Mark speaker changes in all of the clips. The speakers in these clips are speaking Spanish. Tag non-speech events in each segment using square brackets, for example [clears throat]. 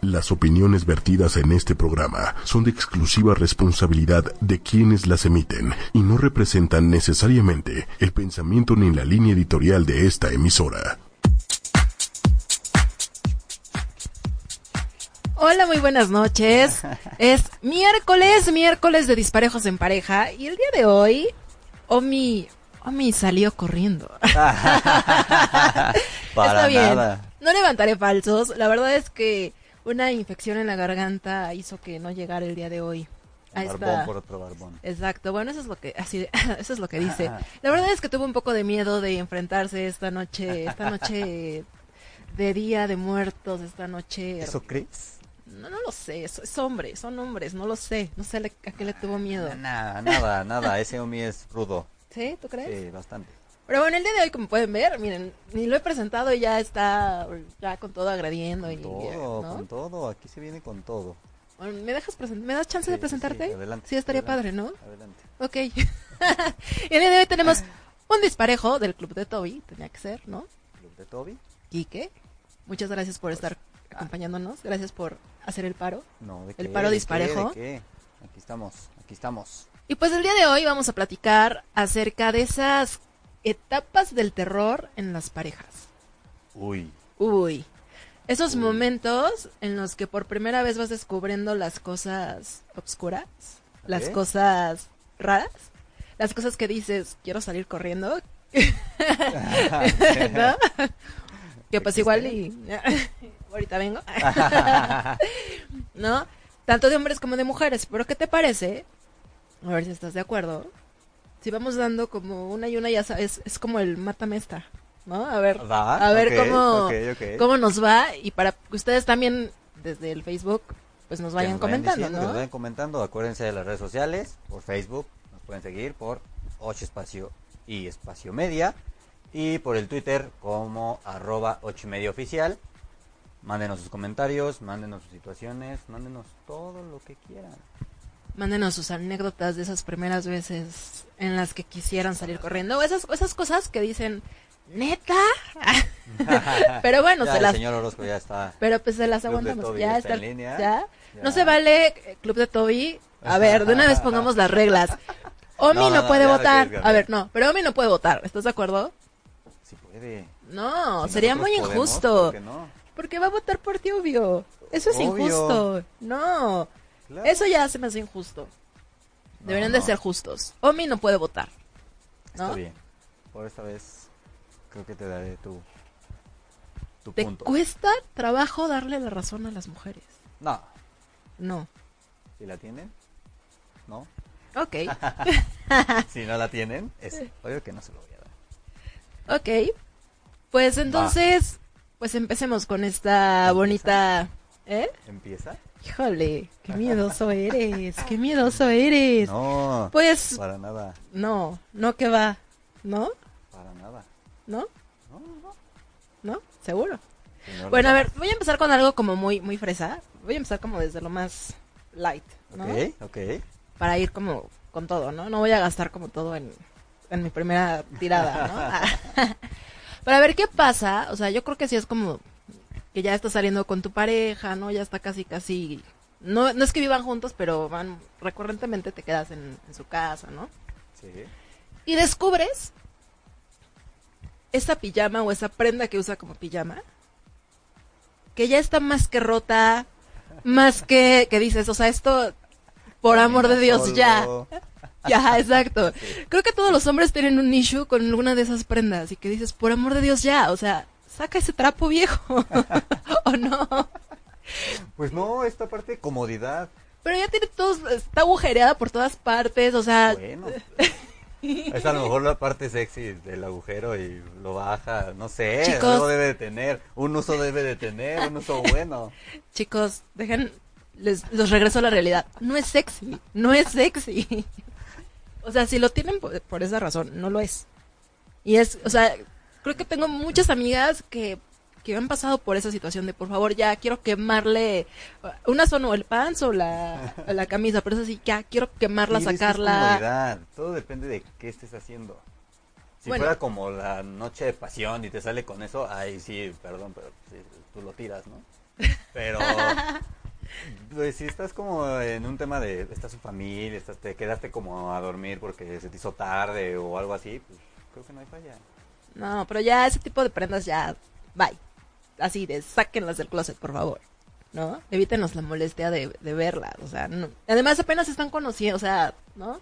Speaker 1: Las opiniones vertidas en este programa son de exclusiva responsabilidad de quienes las emiten y no representan necesariamente el pensamiento ni la línea editorial de esta emisora.
Speaker 2: Hola, muy buenas
Speaker 3: [laughs]
Speaker 2: noches. Es miércoles, miércoles de Disparejos en Pareja y el día de hoy, Omi, Omi salió corriendo. [laughs]
Speaker 3: Ah,
Speaker 2: Está
Speaker 3: Para
Speaker 2: bien.
Speaker 3: nada.
Speaker 2: No levantaré falsos. La verdad es que una infección en la garganta hizo que no llegara el día de hoy. a
Speaker 3: barbón
Speaker 2: esta-
Speaker 3: por otro barbón.
Speaker 2: Exacto. Bueno, eso es lo que así [laughs] de- eso es lo que dice. La verdad es que tuve un poco de miedo de enfrentarse esta noche, esta
Speaker 3: [laughs]
Speaker 2: noche de Día de Muertos, esta noche
Speaker 3: ¿Eso crees?
Speaker 2: no, no lo sé, es, es hombre, son hombres, no lo sé, no sé le- a qué le tuvo miedo.
Speaker 3: Nada, nada, nada. Ese Omi es rudo.
Speaker 2: ¿Sí? ¿Tú crees?
Speaker 3: Sí, bastante.
Speaker 2: Pero bueno, el día de hoy, como pueden ver, miren, ni lo he presentado y ya está, ya con todo agrediendo y...
Speaker 3: Con todo,
Speaker 2: ¿no?
Speaker 3: con todo. Aquí se viene con todo.
Speaker 2: Bueno, ¿Me dejas present- ¿Me das chance
Speaker 3: Sí,
Speaker 2: de
Speaker 3: sí,
Speaker 2: presentarte?
Speaker 3: sí, adelante,
Speaker 2: estaría
Speaker 3: adelante.
Speaker 2: padre, ¿no?
Speaker 3: Adelante.
Speaker 2: Ok. [laughs] y el día de hoy tenemos un disparejo del club de Toby, tenía que ser, ¿no?
Speaker 3: Club de Toby.
Speaker 2: Quique, muchas gracias por estar acompañándonos, gracias por hacer el paro.
Speaker 3: No, ¿de
Speaker 2: ¿El
Speaker 3: qué?
Speaker 2: paro
Speaker 3: ¿De qué?
Speaker 2: disparejo?
Speaker 3: ¿De qué? Aquí estamos, aquí estamos.
Speaker 2: Y pues el día de hoy vamos a platicar acerca de esas etapas del terror en las parejas.
Speaker 3: Uy.
Speaker 2: Uy, esos
Speaker 3: Uy.
Speaker 2: momentos en los que por primera vez vas descubriendo las cosas obscuras, las
Speaker 3: Ok.
Speaker 2: cosas raras, las cosas que dices, quiero salir corriendo, [laughs] ¿no? que pues
Speaker 3: Existe.
Speaker 2: igual y [laughs] ahorita vengo, ¿no? Tanto de hombres como de mujeres, pero ¿qué te parece? A ver si estás de acuerdo. Si vamos dando como una y una, ya sabes, es como el mátame esta, ¿no? A ver,
Speaker 3: [laughs] Va,
Speaker 2: a ver
Speaker 3: ok,
Speaker 2: cómo,
Speaker 3: ok, ok.
Speaker 2: cómo nos va y para que ustedes también desde el Facebook pues nos
Speaker 3: Que
Speaker 2: vayan
Speaker 3: nos
Speaker 2: comentando,
Speaker 3: diciendo, que
Speaker 2: ¿no?
Speaker 3: nos vayan comentando. Acuérdense de las redes sociales, por Facebook, nos pueden seguir por 8 espacio y espacio media. Y por el Twitter como arroba 8 y media oficial. Mándenos sus comentarios, mándenos sus situaciones, mándenos todo lo que quieran.
Speaker 2: Mándenos sus anécdotas de esas primeras veces en las que quisieran salir corriendo o esas esas cosas que dicen, "Neta?" [laughs] Pero bueno,
Speaker 3: Ah, ya,
Speaker 2: se
Speaker 3: el
Speaker 2: las
Speaker 3: señor Orozco ya está.
Speaker 2: Pero pues se las
Speaker 3: Club de
Speaker 2: aguantamos.
Speaker 3: Toby
Speaker 2: Ya
Speaker 3: ya
Speaker 2: está,
Speaker 3: está en línea.
Speaker 2: ya.
Speaker 3: Ya.
Speaker 2: No se vale eh, Club de Toby. A ver, de
Speaker 3: [laughs]
Speaker 2: una vez pongamos las reglas. Omi no,
Speaker 3: No, no, no,
Speaker 2: puede
Speaker 3: ya no
Speaker 2: votar.
Speaker 3: quieres
Speaker 2: A
Speaker 3: cambiar.
Speaker 2: ver, no, pero Omi no puede votar. ¿Estás de acuerdo?
Speaker 3: Si puede.
Speaker 2: No,
Speaker 3: Si
Speaker 2: sería muy
Speaker 3: nosotros podemos,
Speaker 2: injusto.
Speaker 3: ¿por qué no?
Speaker 2: Porque va a votar por ti, obvio. Eso es
Speaker 3: Obvio.
Speaker 2: injusto. No,
Speaker 3: Claro.
Speaker 2: eso ya se me hace injusto.
Speaker 3: No,
Speaker 2: Deberían de
Speaker 3: no.
Speaker 2: ser justos. Omi no puede votar.
Speaker 3: Está
Speaker 2: ¿no?
Speaker 3: bien. Por esta vez creo que te daré tu, tu
Speaker 2: Te
Speaker 3: punto.
Speaker 2: cuesta trabajo darle la razón a las mujeres.
Speaker 3: No.
Speaker 2: No.
Speaker 3: ¿Si la tienen? ¿No?
Speaker 2: Ok, Ah.
Speaker 3: si no la tienen, es obvio que no se lo voy a dar.
Speaker 2: ok. Pues entonces, pues empecemos con esta
Speaker 3: ¿Empieza?
Speaker 2: bonita... ¿Eh?
Speaker 3: ¿Empieza?
Speaker 2: Híjole, qué
Speaker 3: [laughs]
Speaker 2: miedoso eres, qué miedoso eres.
Speaker 3: No,
Speaker 2: Pues
Speaker 3: para nada,
Speaker 2: no, no que va, ¿no?
Speaker 3: para nada.
Speaker 2: ¿No?
Speaker 3: No, no.
Speaker 2: ¿No? Seguro.
Speaker 3: Señor
Speaker 2: Bueno, a
Speaker 3: Lozano.
Speaker 2: ver, voy a empezar con algo como muy muy fresa. Voy a empezar como desde lo más light, ¿no?
Speaker 3: Ok, ok.
Speaker 2: Para ir como con todo, ¿no? No voy a gastar como todo en, en mi primera tirada, ¿no? [laughs] Para ver qué pasa, o sea, yo creo que sí es como que ya estás saliendo con tu pareja, ¿no? Ya está casi, casi... No, no es que vivan juntos, pero van recurrentemente te quedas en, en su casa, ¿no?
Speaker 3: Sí.
Speaker 2: Y descubres esa pijama o esa prenda que usa como pijama, que ya está más que rota, más que, que dices, o sea, esto, por amor de Dios, ya,
Speaker 3: Solo.
Speaker 2: [laughs] ya, exacto. Creo que todos los hombres tienen un issue con alguna de esas prendas y que dices, por amor de Dios, ya, o sea, saca ese trapo viejo, [laughs] o no.
Speaker 3: Pues no, esta parte de comodidad.
Speaker 2: Pero ya tiene todos, está agujereada por todas partes, o sea,
Speaker 3: Bueno. pues, Es a lo mejor la parte sexy del agujero y lo baja, no sé,
Speaker 2: Chicos.
Speaker 3: algo debe de tener, un uso debe de tener, un uso bueno.
Speaker 2: Chicos, dejen, les, los regreso a la realidad. No es sexy, no es sexy. O sea, si lo tienen por, por esa razón, no lo es. Y es, o sea, creo que tengo muchas amigas que, que han pasado por esa situación de, por favor, ya quiero quemarle, una son o el pants o la, o la camisa, pero es así, ya quiero quemarla,
Speaker 3: Sí, es que es
Speaker 2: sacarla.
Speaker 3: comodidad. Todo depende de qué estés haciendo. Si
Speaker 2: Bueno.
Speaker 3: fuera como la noche
Speaker 2: [laughs]
Speaker 3: de pasión y te sale con eso, ay, sí, perdón, pero sí, tú lo tiras, ¿no? Pero pues, si estás como en un tema de, estás en familia, estás, te quedaste como a dormir porque se te hizo tarde o algo así, pues creo que no hay falla.
Speaker 2: No, pero ya ese tipo de prendas ya, bye. Así de, sáquenlas del closet, por favor. ¿No? Evítenos la molestia de, de verlas, o sea, no. Además apenas se están conociendo, o sea, ¿no?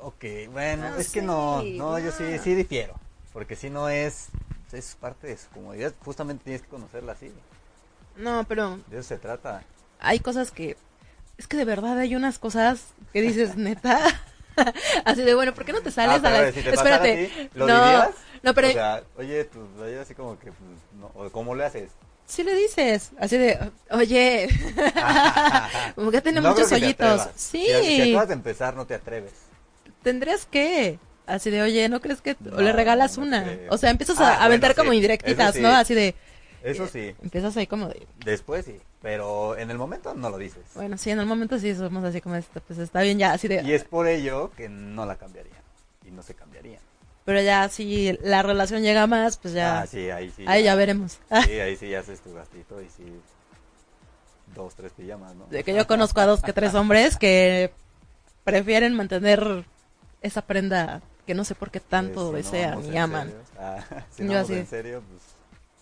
Speaker 3: Ok, bueno,
Speaker 2: Ah,
Speaker 3: es que
Speaker 2: sí,
Speaker 3: no, no, yo sí,
Speaker 2: ah.
Speaker 3: sí difiero, porque si no es, es parte de su comodidad, justamente tienes que conocerla así,
Speaker 2: No, pero
Speaker 3: de eso se trata.
Speaker 2: hay cosas que es que de verdad hay unas cosas que
Speaker 3: [laughs]
Speaker 2: dices neta [laughs] así de bueno por qué no te sales
Speaker 3: Ah,
Speaker 2: a
Speaker 3: pero
Speaker 2: la
Speaker 3: si te pasara
Speaker 2: espérate
Speaker 3: a ti, ¿lo
Speaker 2: no
Speaker 3: dirías?
Speaker 2: no pero
Speaker 3: O sea, oye, tú, oye, así como que, pues, no, o ¿cómo le haces?
Speaker 2: sí le dices así de
Speaker 3: [laughs]
Speaker 2: oye [laughs] como que [laughs] tiene
Speaker 3: No creo
Speaker 2: muchos
Speaker 3: que te
Speaker 2: hoyitos
Speaker 3: atrevas.
Speaker 2: sí
Speaker 3: Si, si acabas de empezar, no te atreves.
Speaker 2: tendrías que así de oye no crees que o
Speaker 3: No,
Speaker 2: le regalas
Speaker 3: no
Speaker 2: una
Speaker 3: creo.
Speaker 2: o sea empiezas a
Speaker 3: Ah, bueno,
Speaker 2: aventar como
Speaker 3: sí,
Speaker 2: indirectitas
Speaker 3: eso sí.
Speaker 2: no así de
Speaker 3: Eso
Speaker 2: eh,
Speaker 3: sí,
Speaker 2: empiezas ahí como de
Speaker 3: después sí, pero en el momento no lo dices.
Speaker 2: bueno sí en el momento sí somos así como esto pues está bien ya así de
Speaker 3: Y es por ello que no la cambiaría. Y no se cambiaría.
Speaker 2: pero ya si la relación llega más pues ya
Speaker 3: Ah, sí, ahí sí.
Speaker 2: ahí ya veremos [laughs]
Speaker 3: Sí, ahí sí haces tu gastito y sí. Dos, tres pijamas, ¿no?
Speaker 2: De que yo conozco a dos que tres hombres que prefieren mantener esa prenda que no sé por qué tanto
Speaker 3: Pues, si no
Speaker 2: desean
Speaker 3: vamos
Speaker 2: y
Speaker 3: en
Speaker 2: aman.
Speaker 3: serio, ah, [laughs] si
Speaker 2: Yo
Speaker 3: no vamos
Speaker 2: así.
Speaker 3: en serio, pues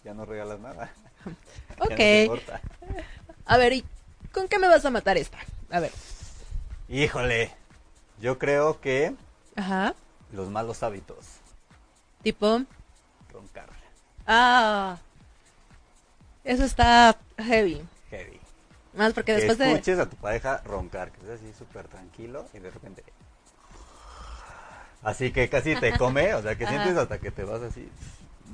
Speaker 3: ya no regalas nada. Ya no te
Speaker 2: Ok,
Speaker 3: importa.
Speaker 2: a ver, ¿y con qué me vas a matar esta? A ver,
Speaker 3: Híjole, yo creo que
Speaker 2: ajá,
Speaker 3: los malos hábitos.
Speaker 2: tipo,
Speaker 3: Roncar.
Speaker 2: ah, eso está heavy.
Speaker 3: Heavy.
Speaker 2: Más porque
Speaker 3: Que
Speaker 2: después de...
Speaker 3: escuches a tu pareja roncar, que estés así súper tranquilo y de repente... Así que casi te come, o sea, que
Speaker 2: Ajá.
Speaker 3: sientes hasta que te vas así...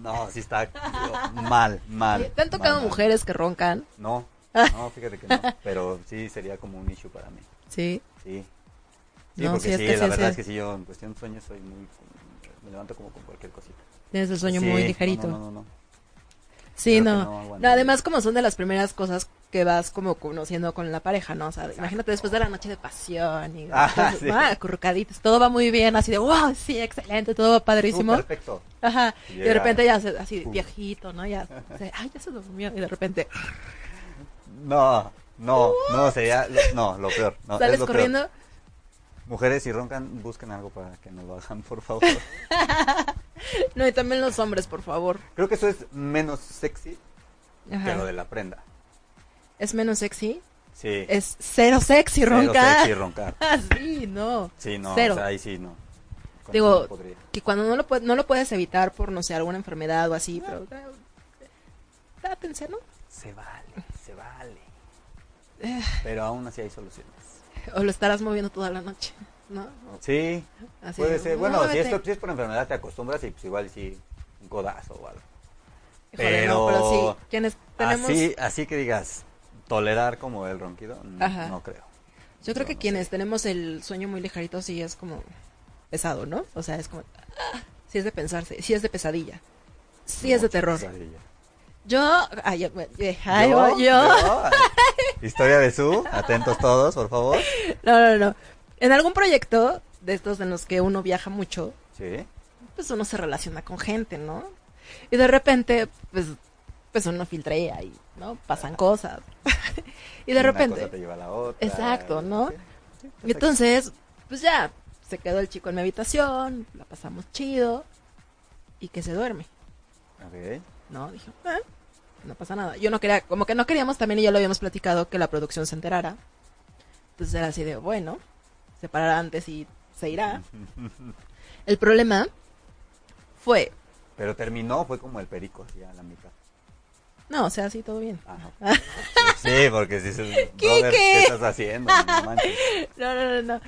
Speaker 3: No, sí está digo, mal, mal.
Speaker 2: ¿Te han tocado
Speaker 3: mal, mal.
Speaker 2: mujeres Ah. que roncan?
Speaker 3: No, no, fíjate que no, pero sí sería como un issue para mí,
Speaker 2: Sí.
Speaker 3: sí. Sí,
Speaker 2: No,
Speaker 3: porque
Speaker 2: sí,
Speaker 3: sí,
Speaker 2: es que
Speaker 3: la
Speaker 2: sí,
Speaker 3: verdad
Speaker 2: sí.
Speaker 3: es que sí, yo en cuestión de sueño soy muy... Me levanto como con cualquier cosita.
Speaker 2: Tienes el sueño
Speaker 3: Sí,
Speaker 2: muy
Speaker 3: no,
Speaker 2: ligerito.
Speaker 3: No, no, no.
Speaker 2: Sí,
Speaker 3: Creo que
Speaker 2: no.
Speaker 3: no
Speaker 2: No,
Speaker 3: aguantaría.
Speaker 2: además, como son de las primeras cosas que vas como conociendo con la pareja, ¿no? O sea, imagínate después de la noche de pasión y
Speaker 3: Ah,
Speaker 2: entonces,
Speaker 3: sí.
Speaker 2: ¿no? acurrucaditos, todo va muy bien, así de wow, sí, excelente, todo va
Speaker 3: Tú,
Speaker 2: padrísimo.
Speaker 3: Uh, perfecto.
Speaker 2: Ajá. Y de
Speaker 3: Llega.
Speaker 2: repente ya se- así
Speaker 3: Pum.
Speaker 2: viejito, ¿no? Ya, se- ay, ya se durmió y de repente
Speaker 3: No, no, no, sería... lo- no, lo peor. No,
Speaker 2: sales
Speaker 3: es lo peor.
Speaker 2: corriendo.
Speaker 3: Mujeres, si roncan, busquen algo para que no lo hagan, por
Speaker 2: [laughs]
Speaker 3: favor.
Speaker 2: No, y también los hombres, por favor.
Speaker 3: Creo que eso es menos sexy que lo
Speaker 2: Ajá.
Speaker 3: de la prenda.
Speaker 2: Es menos sexy.
Speaker 3: Sí.
Speaker 2: Es cero sexy
Speaker 3: Cero
Speaker 2: roncar.
Speaker 3: sexy roncar.
Speaker 2: [laughs] Ah, sí, no.
Speaker 3: Sí, no,
Speaker 2: Cero.
Speaker 3: o sea, ahí sí, no. Con
Speaker 2: Digo,
Speaker 3: eso no podría.
Speaker 2: que cuando no lo, pue- no lo puedes evitar por, no sé, alguna enfermedad o así, pero... Date en serio.
Speaker 3: se vale, se vale.
Speaker 2: eh.
Speaker 3: Pero aún así hay soluciones.
Speaker 2: [laughs] O lo estarás moviendo toda la noche, ¿no?
Speaker 3: Sí,
Speaker 2: Así,
Speaker 3: puede ser. Bueno, si,
Speaker 2: muévete.
Speaker 3: esto, si es por enfermedad, te acostumbras y pues igual sí, un codazo o algo.
Speaker 2: Híjole, no,
Speaker 3: pero-
Speaker 2: pero sí, quienes tenemos...
Speaker 3: Así, así que digas, tolerar como el ronquido, n-
Speaker 2: Ajá.
Speaker 3: no creo.
Speaker 2: yo creo
Speaker 3: no,
Speaker 2: que
Speaker 3: no
Speaker 2: quienes
Speaker 3: sé.
Speaker 2: tenemos el sueño muy ligerito sí es como pesado, ¿no? O sea, es como... ah, sí es de pensarse, sí es de pesadilla, sí es de
Speaker 3: Mucha
Speaker 2: terror.
Speaker 3: pesadilla.
Speaker 2: Yo... Ay, yo, eh, ay,
Speaker 3: ¿Yo?
Speaker 2: yo- yo- [laughs]
Speaker 3: ¿Yo? Historia de Su, atentos todos, por favor.
Speaker 2: No, no, no. En algún proyecto de estos en los que uno viaja mucho,
Speaker 3: Sí.
Speaker 2: pues uno se relaciona con gente, ¿no? Y de repente, pues, pues uno filtrea y, ¿no? Pasan cosas. [laughs] y de
Speaker 3: Una
Speaker 2: repente,
Speaker 3: cosa te lleva a la otra.
Speaker 2: Exacto, ¿no?
Speaker 3: Sí, sí,
Speaker 2: y entonces, pues ya, se quedó el chico en mi habitación, la pasamos chido y que se duerme,
Speaker 3: Ok.
Speaker 2: ¿no? Dije, "Ah, no pasa nada. Yo no quería, como que no queríamos también, y ya lo habíamos platicado, que la producción se enterara. Entonces era así de, bueno, se parará antes y se irá. El problema fue,
Speaker 3: [laughs] Pero terminó, fue como el perico, así a la mitad.
Speaker 2: no, o sea, sí, todo bien.
Speaker 3: Ah, no. Sí, porque si dices,
Speaker 2: ¿Qué,
Speaker 3: brother,
Speaker 2: qué?
Speaker 3: ¿qué estás haciendo? No manches.
Speaker 2: [laughs] No, no, no, no.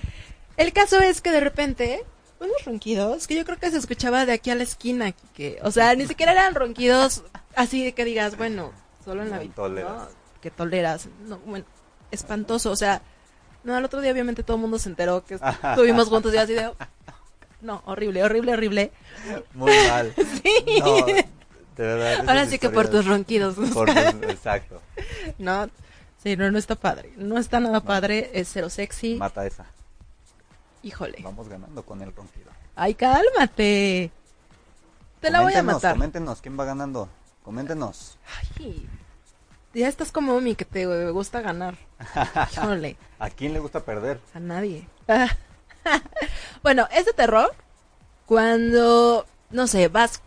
Speaker 2: El caso es que de repente, unos ronquidos que yo creo que se escuchaba de aquí a la esquina, que, o sea, ni siquiera eran ronquidos así de que digas, bueno, solo en la
Speaker 3: No
Speaker 2: habit-
Speaker 3: toleras.
Speaker 2: ¿no? que toleras, no, bueno, espantoso, o sea, no, al otro día obviamente todo el mundo se enteró
Speaker 3: [laughs]
Speaker 2: que estuvimos juntos y así de, no, horrible, horrible, horrible.
Speaker 3: Muy mal.
Speaker 2: [laughs] Sí.
Speaker 3: No, de verdad. esas
Speaker 2: Ahora sí que por tus
Speaker 3: historias-
Speaker 2: ronquidos, ¿no?
Speaker 3: por tus- Exacto.
Speaker 2: [laughs] ¿no? Sí, no, no está padre, no está nada padre, es cero sexy,
Speaker 3: Mata esa.
Speaker 2: híjole.
Speaker 3: Vamos ganando con el ronquido.
Speaker 2: Ay, cálmate. Te la voy a
Speaker 3: Coméntenos,
Speaker 2: matar.
Speaker 3: Coméntenos, ¿quién va ganando? Coméntenos.
Speaker 2: Ay, ya estás como Omi, que te me gusta ganar. Híjole,
Speaker 3: ¿A quién le gusta perder?
Speaker 2: a nadie. [laughs] bueno, es de terror cuando, no sé, vas,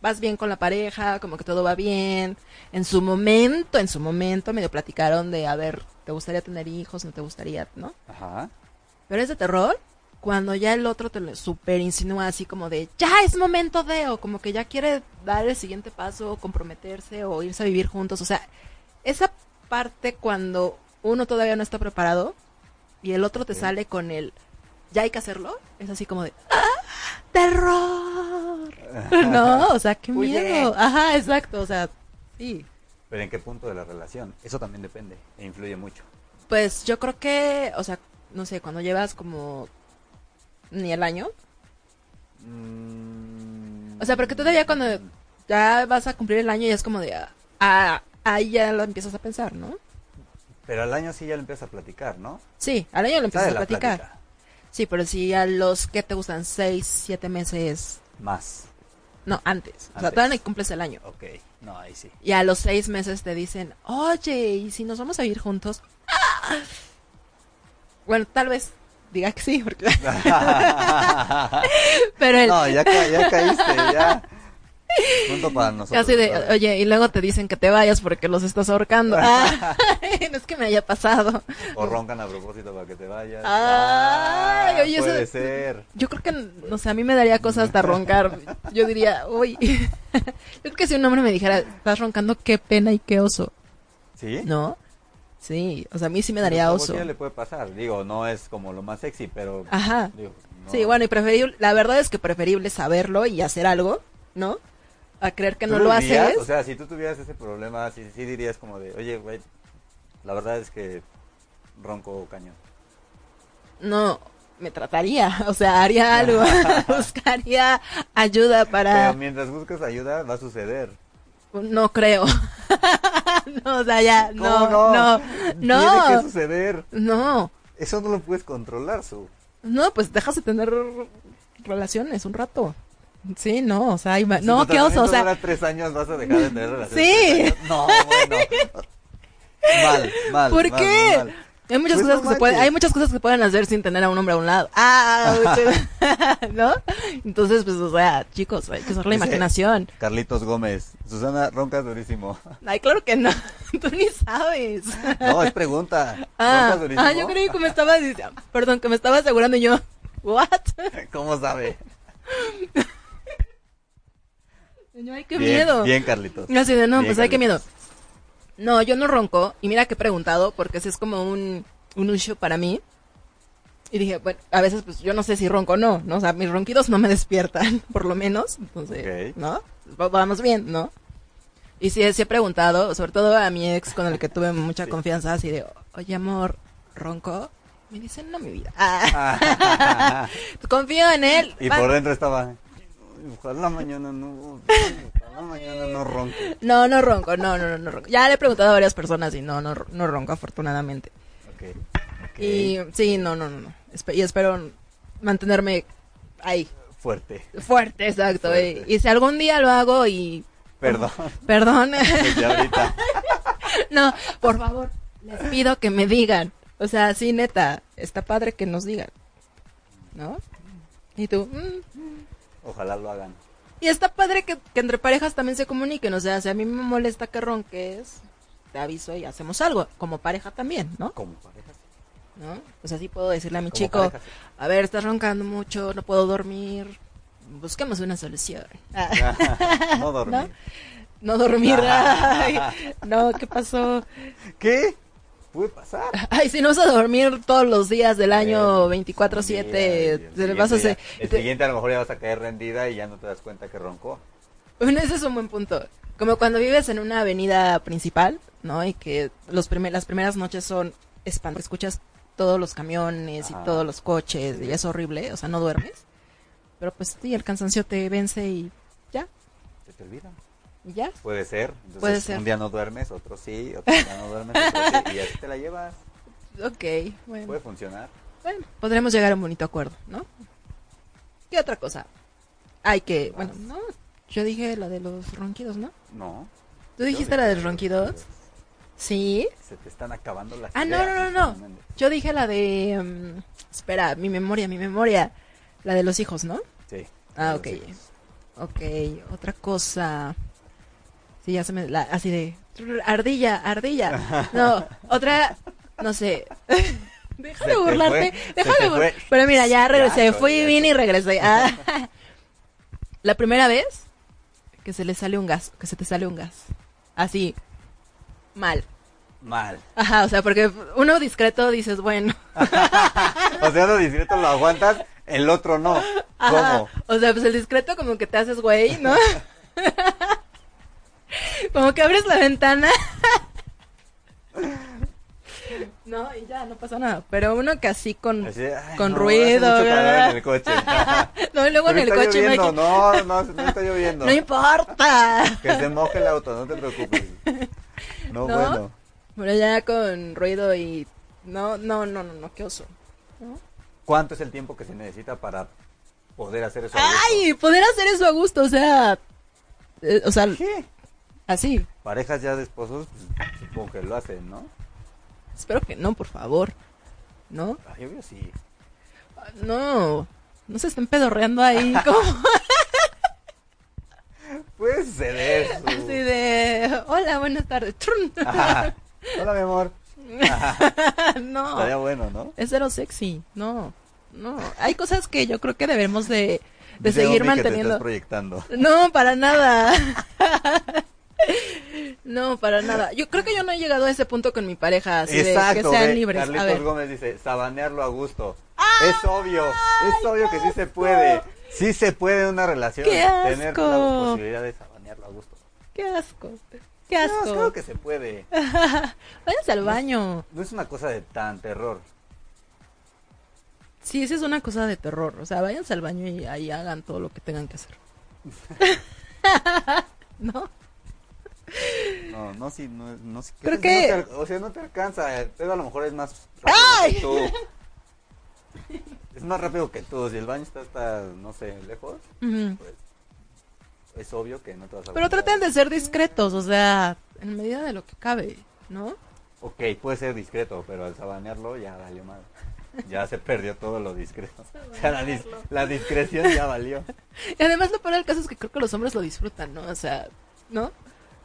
Speaker 2: vas bien con la pareja, como que todo va bien. En su momento, en su momento, medio platicaron de, a ver, ¿te gustaría tener hijos? ¿No te gustaría? ¿No?
Speaker 3: Ajá.
Speaker 2: Pero es de terror cuando ya el otro te lo super insinúa así como de ya es momento de o como que ya quiere dar el siguiente paso o comprometerse o irse a vivir juntos. O sea, esa parte cuando uno todavía no está preparado y el otro te
Speaker 3: Ok.
Speaker 2: sale con el ya hay que hacerlo, es así como de ¡Ah! terror. [laughs] No, o sea, qué
Speaker 3: Huye.
Speaker 2: miedo. Ajá, exacto, o sea, sí.
Speaker 3: Pero ¿en qué punto de la relación? Eso también depende e influye mucho.
Speaker 2: Pues yo creo que, o sea, no sé, cuando llevas como ni el año,
Speaker 3: Mm.
Speaker 2: O sea, porque todavía cuando ya vas a cumplir el año y es como de, ah, ah, ahí ya lo empiezas a pensar, ¿no?
Speaker 3: Pero al año sí ya lo empiezas a platicar, ¿no?
Speaker 2: Sí, al año lo empiezas
Speaker 3: Sale
Speaker 2: a
Speaker 3: la
Speaker 2: platicar.
Speaker 3: plática.
Speaker 2: Sí, pero si a los que te gustan seis, siete meses,
Speaker 3: Más.
Speaker 2: no, antes. O sea,
Speaker 3: Antes.
Speaker 2: todavía no cumples el año.
Speaker 3: Ok. No,
Speaker 2: [laughs]
Speaker 3: ahí sí.
Speaker 2: Y a los seis meses te dicen, oye, ¿y si nos vamos a vivir juntos? ¡Ah! Bueno, tal vez diga que sí, porque... [laughs] pero el,
Speaker 3: No, ya, ca- ya caíste, ya. Punto para nosotros.
Speaker 2: Así de,
Speaker 3: ¿sabes?
Speaker 2: oye, y luego te dicen que te vayas porque los estás
Speaker 3: [laughs]
Speaker 2: ahorcando. Ah, [laughs] no es que me haya pasado.
Speaker 3: O roncan a propósito para que te vayas.
Speaker 2: Ay,
Speaker 3: Ah,
Speaker 2: oye, eso-
Speaker 3: puede ser.
Speaker 2: Yo creo que, no sé, a mí me daría cosas hasta roncar. Yo diría, uy. [laughs] Yo creo que si un hombre me dijera, estás roncando, qué pena y qué oso.
Speaker 3: ¿Sí?
Speaker 2: ¿No? Sí, o sea, a mí sí me
Speaker 3: Pero
Speaker 2: daría
Speaker 3: a
Speaker 2: oso.
Speaker 3: cualquiera le puede pasar. Digo, no es como lo más sexy, pero.
Speaker 2: Ajá.
Speaker 3: digo, no.
Speaker 2: Sí, bueno, y preferible, la verdad es que preferible saberlo y hacer algo, ¿no? A creer que
Speaker 3: ¿Tú
Speaker 2: no lo
Speaker 3: dirías?
Speaker 2: haces.
Speaker 3: O sea, si tú tuvieras ese problema, sí, sí dirías como de, oye, güey, la verdad es que ronco cañón.
Speaker 2: No, me trataría, [laughs] o sea, haría
Speaker 3: [laughs]
Speaker 2: algo, buscaría ayuda para...
Speaker 3: Pero mientras buscas ayuda, va a suceder.
Speaker 2: No creo. [laughs] no, o sea, ya, no,
Speaker 3: ¿Cómo
Speaker 2: no,
Speaker 3: Tiene que
Speaker 2: no,
Speaker 3: suceder.
Speaker 2: no,
Speaker 3: Eso no lo puedes controlar, Su.
Speaker 2: no, pues dejas de tener relaciones un rato. Sí, no, o sea, ima-
Speaker 3: Si
Speaker 2: no,
Speaker 3: tu
Speaker 2: qué oso, o
Speaker 3: tratamiento
Speaker 2: sea,
Speaker 3: dura tres años, vas a dejar de tener relaciones.
Speaker 2: [laughs] Sí.
Speaker 3: tres años. No, bueno.
Speaker 2: [laughs]
Speaker 3: Mal, mal.
Speaker 2: ¿por
Speaker 3: mal,
Speaker 2: qué?
Speaker 3: mal, mal.
Speaker 2: Hay muchas
Speaker 3: Pues
Speaker 2: cosas
Speaker 3: no
Speaker 2: que se pueden,
Speaker 3: manches.
Speaker 2: hay muchas cosas que se pueden hacer sin tener a un hombre a un lado.
Speaker 3: [laughs]
Speaker 2: Ah, mucho- [laughs] ¿no? Entonces, pues, o sea, chicos, hay que usar la
Speaker 3: Dice-
Speaker 2: imaginación.
Speaker 3: Carlitos Gómez. Susana, roncas durísimo.
Speaker 2: Ay, claro que no, [laughs] tú ni sabes.
Speaker 3: No,
Speaker 2: [laughs]
Speaker 3: es pregunta.
Speaker 2: Ah,
Speaker 3: ¿Roncas durísimo?
Speaker 2: ah, yo creí que me estaba diciendo, perdón, que me estaba asegurando y yo, [laughs] what?
Speaker 3: ¿Cómo sabe?
Speaker 2: Y yo, ay, qué
Speaker 3: Bien,
Speaker 2: miedo.
Speaker 3: Bien, Carlitos.
Speaker 2: Así de, no,
Speaker 3: Bien,
Speaker 2: pues ay, qué miedo. [laughs]
Speaker 3: Carlitos.
Speaker 2: No, yo no ronco. Y mira que he preguntado, porque ese es como un, un issue para mí. Y dije, bueno, a veces pues yo no sé si ronco o no, ¿no? O sea, mis ronquidos no me despiertan, [laughs] por lo menos. Entonces,
Speaker 3: Ok.
Speaker 2: ¿no? Va- Vamos bien, ¿no? Y sí, sí he preguntado, sobre todo a mi ex con el que tuve mucha confianza, así de, oye amor, ¿ronco? Me dicen, no, mi vida. Ah. [laughs] Confío en él.
Speaker 3: [laughs] Y
Speaker 2: Va.
Speaker 3: por dentro estaba. Ojalá mañana no. Ojalá mañana no ronque.
Speaker 2: No, no ronco, no, no, no, no ronco. Ya le he preguntado a varias personas y no, no, no ronco, afortunadamente.
Speaker 3: Ok. ok.
Speaker 2: Y sí, no, no, no, no. Espe- y espero mantenerme ahí,
Speaker 3: Fuerte.
Speaker 2: fuerte, exacto. eh.
Speaker 3: Fuerte.
Speaker 2: Y, si algún día lo hago y... [laughs]
Speaker 3: Perdón. [laughs]
Speaker 2: Perdón,
Speaker 3: Desde ahorita.
Speaker 2: no, por favor, les pido que me digan. O sea, sí, neta, está padre que nos digan. ¿No? Y tú... mm,
Speaker 3: Ojalá lo hagan.
Speaker 2: Y está padre que, que entre parejas también se comuniquen. O sea, si a mí me molesta que ronques, te aviso y hacemos algo. Como pareja también, ¿no?
Speaker 3: Como parejas.
Speaker 2: ¿No? O sea, sí puedo decirle a mi
Speaker 3: Como
Speaker 2: chico,
Speaker 3: parejas.
Speaker 2: a ver, estás roncando mucho, no puedo dormir. Busquemos una solución. Ah,
Speaker 3: [laughs] no dormir.
Speaker 2: no dormir.
Speaker 3: Ah.
Speaker 2: ay, no, ¿qué pasó?
Speaker 3: ¿Qué? ¿Puede pasar?
Speaker 2: Ay, si no vas a dormir todos los días del año
Speaker 3: Eh,
Speaker 2: 24-7,
Speaker 3: sí, el
Speaker 2: se le vas a
Speaker 3: siguiente
Speaker 2: hacer...
Speaker 3: ya- El siguiente a lo mejor ya vas a caer rendida y ya no te das cuenta que roncó.
Speaker 2: Bueno, ese es un buen punto. Como cuando vives en una avenida principal, ¿no? Y que los primer- las primeras noches son espanto. Escuchas todos los camiones
Speaker 3: Ajá.
Speaker 2: y todos los coches y es horrible, o sea, no duermes. Pero pues sí, el cansancio te vence y ya,
Speaker 3: Se te olvida.
Speaker 2: y ya.
Speaker 3: Puede ser. Entonces,
Speaker 2: Puede ser.
Speaker 3: Un día no duermes, otro sí, otro día no duermes, otro
Speaker 2: [laughs]
Speaker 3: sí. Y así te la llevas.
Speaker 2: Ok, bueno.
Speaker 3: Puede funcionar.
Speaker 2: Bueno, podremos llegar a un bonito acuerdo, ¿no? ¿Qué otra cosa? Hay que, bueno, no, yo dije la de los ronquidos, ¿no?
Speaker 3: No.
Speaker 2: ¿Tú dijiste la de los ronquidos? ¿Sí?
Speaker 3: Se te están acabando las
Speaker 2: Ah, no,
Speaker 3: ideas,
Speaker 2: no, no,
Speaker 3: Luis
Speaker 2: no.
Speaker 3: Hernández.
Speaker 2: Yo dije la de... mm, espera, mi memoria, mi memoria. La de los hijos, ¿no?
Speaker 3: Sí.
Speaker 2: Ah,
Speaker 3: los
Speaker 2: ok.
Speaker 3: hijos.
Speaker 2: Ok, otra cosa. Sí, ya se me... la- así de... Ardilla,
Speaker 3: [laughs]
Speaker 2: ardilla. No, otra... No sé. [laughs] Deja
Speaker 3: Se
Speaker 2: de
Speaker 3: te
Speaker 2: burlarte.
Speaker 3: fue,
Speaker 2: Deja
Speaker 3: se
Speaker 2: de
Speaker 3: te
Speaker 2: burlarte.
Speaker 3: fue.
Speaker 2: Pero mira, ya regresé.
Speaker 3: Ya,
Speaker 2: Fui,
Speaker 3: ya.
Speaker 2: vine y regresé. Ah.
Speaker 3: [laughs]
Speaker 2: La primera vez que se le sale un gas, que se te sale un gas. Así. Mal.
Speaker 3: Mal.
Speaker 2: Ajá, o sea, porque uno discreto dices, bueno.
Speaker 3: O sea, lo discreto lo aguantas, el otro no.
Speaker 2: Ajá.
Speaker 3: ¿Cómo?
Speaker 2: O sea, pues el discreto como que te haces güey,
Speaker 3: [laughs]
Speaker 2: ¿no? como que abres la
Speaker 3: [laughs]
Speaker 2: ventana. no, y ya, no pasa nada. Pero uno que así con...
Speaker 3: Así, ay,
Speaker 2: Mm. Con
Speaker 3: no,
Speaker 2: ruido,
Speaker 3: hace mucho calor
Speaker 2: ¿verdad?
Speaker 3: en el coche.
Speaker 2: No, y [laughs] luego en
Speaker 3: Pero
Speaker 2: el
Speaker 3: está
Speaker 2: coche no hay
Speaker 3: lloviendo,
Speaker 2: que-
Speaker 3: no, no, no, está lloviendo.
Speaker 2: No importa.
Speaker 3: Que se moje el auto, no te preocupes.
Speaker 2: [laughs]
Speaker 3: No,
Speaker 2: ¿No?
Speaker 3: bueno.
Speaker 2: Pero ya con ruido y... No, no, no, no, no, qué oso.
Speaker 3: ¿Cuánto es el tiempo que se necesita para poder hacer eso? Pues a gusto?
Speaker 2: Ay, poder hacer eso a gusto, o sea... eh, o sea,
Speaker 3: ¿Qué?
Speaker 2: así.
Speaker 3: Parejas ya de esposos, pues, supongo que lo hacen, ¿no?
Speaker 2: Espero que no, por favor. ¿No?
Speaker 3: Ay, Yo veo sí.
Speaker 2: No, no se estén pedorreando ahí [laughs] como [laughs]
Speaker 3: Puede suceder. su-
Speaker 2: así de hola, buenas tardes. Trun.
Speaker 3: Ajá. Hola, mi amor.
Speaker 2: [laughs]
Speaker 3: Estaría
Speaker 2: no,
Speaker 3: bueno, ¿no?
Speaker 2: es cero sexy, no, no. Hay cosas que yo creo que debemos de, de
Speaker 3: Dice
Speaker 2: seguir
Speaker 3: Omi que te estás
Speaker 2: manteniendo.
Speaker 3: proyectando.
Speaker 2: No, para nada. [laughs] No, para nada. Yo creo que yo no he llegado a ese punto con mi pareja, así de que
Speaker 3: Exacto,
Speaker 2: sean
Speaker 3: ve,
Speaker 2: libres.
Speaker 3: Carlitos
Speaker 2: a ver.
Speaker 3: Gómez dice, sabanearlo a gusto. es obvio, es obvio que sí se puede. Sí se puede en una relación
Speaker 2: ¡Qué
Speaker 3: tener
Speaker 2: asco!
Speaker 3: la posibilidad de sabanearlo a gusto.
Speaker 2: Qué asco. Qué
Speaker 3: No,
Speaker 2: asco.
Speaker 3: claro que se puede.
Speaker 2: Váyanse al baño.
Speaker 3: No es una cosa de tan terror.
Speaker 2: Sí, esa es una cosa de terror. O sea, váyanse al baño y ahí hagan todo lo que tengan que
Speaker 3: [laughs]
Speaker 2: hacer. [laughs] ¿No?
Speaker 3: No, no, sí, no, no sí,
Speaker 2: Creo
Speaker 3: no
Speaker 2: que-
Speaker 3: te al- o sea, no te alcanza. El pedo a lo mejor es más rápido
Speaker 2: ¡Ay!
Speaker 3: que tú.
Speaker 2: [laughs]
Speaker 3: Es más rápido que tú. Si el baño está hasta, no sé, lejos,
Speaker 2: Ujú.
Speaker 3: es obvio que no te vas a
Speaker 2: Pero
Speaker 3: aguantar.
Speaker 2: traten de ser discretos, o sea, en medida de lo que cabe, ¿no?
Speaker 3: Ok, puede ser discreto, pero al sabanearlo ya valió mal. Ya se perdió todo lo discreto. O sea, la, dis- la discreción ya valió.
Speaker 2: Y además lo peor del caso es que creo que los hombres lo disfrutan, ¿no? O sea, ¿no?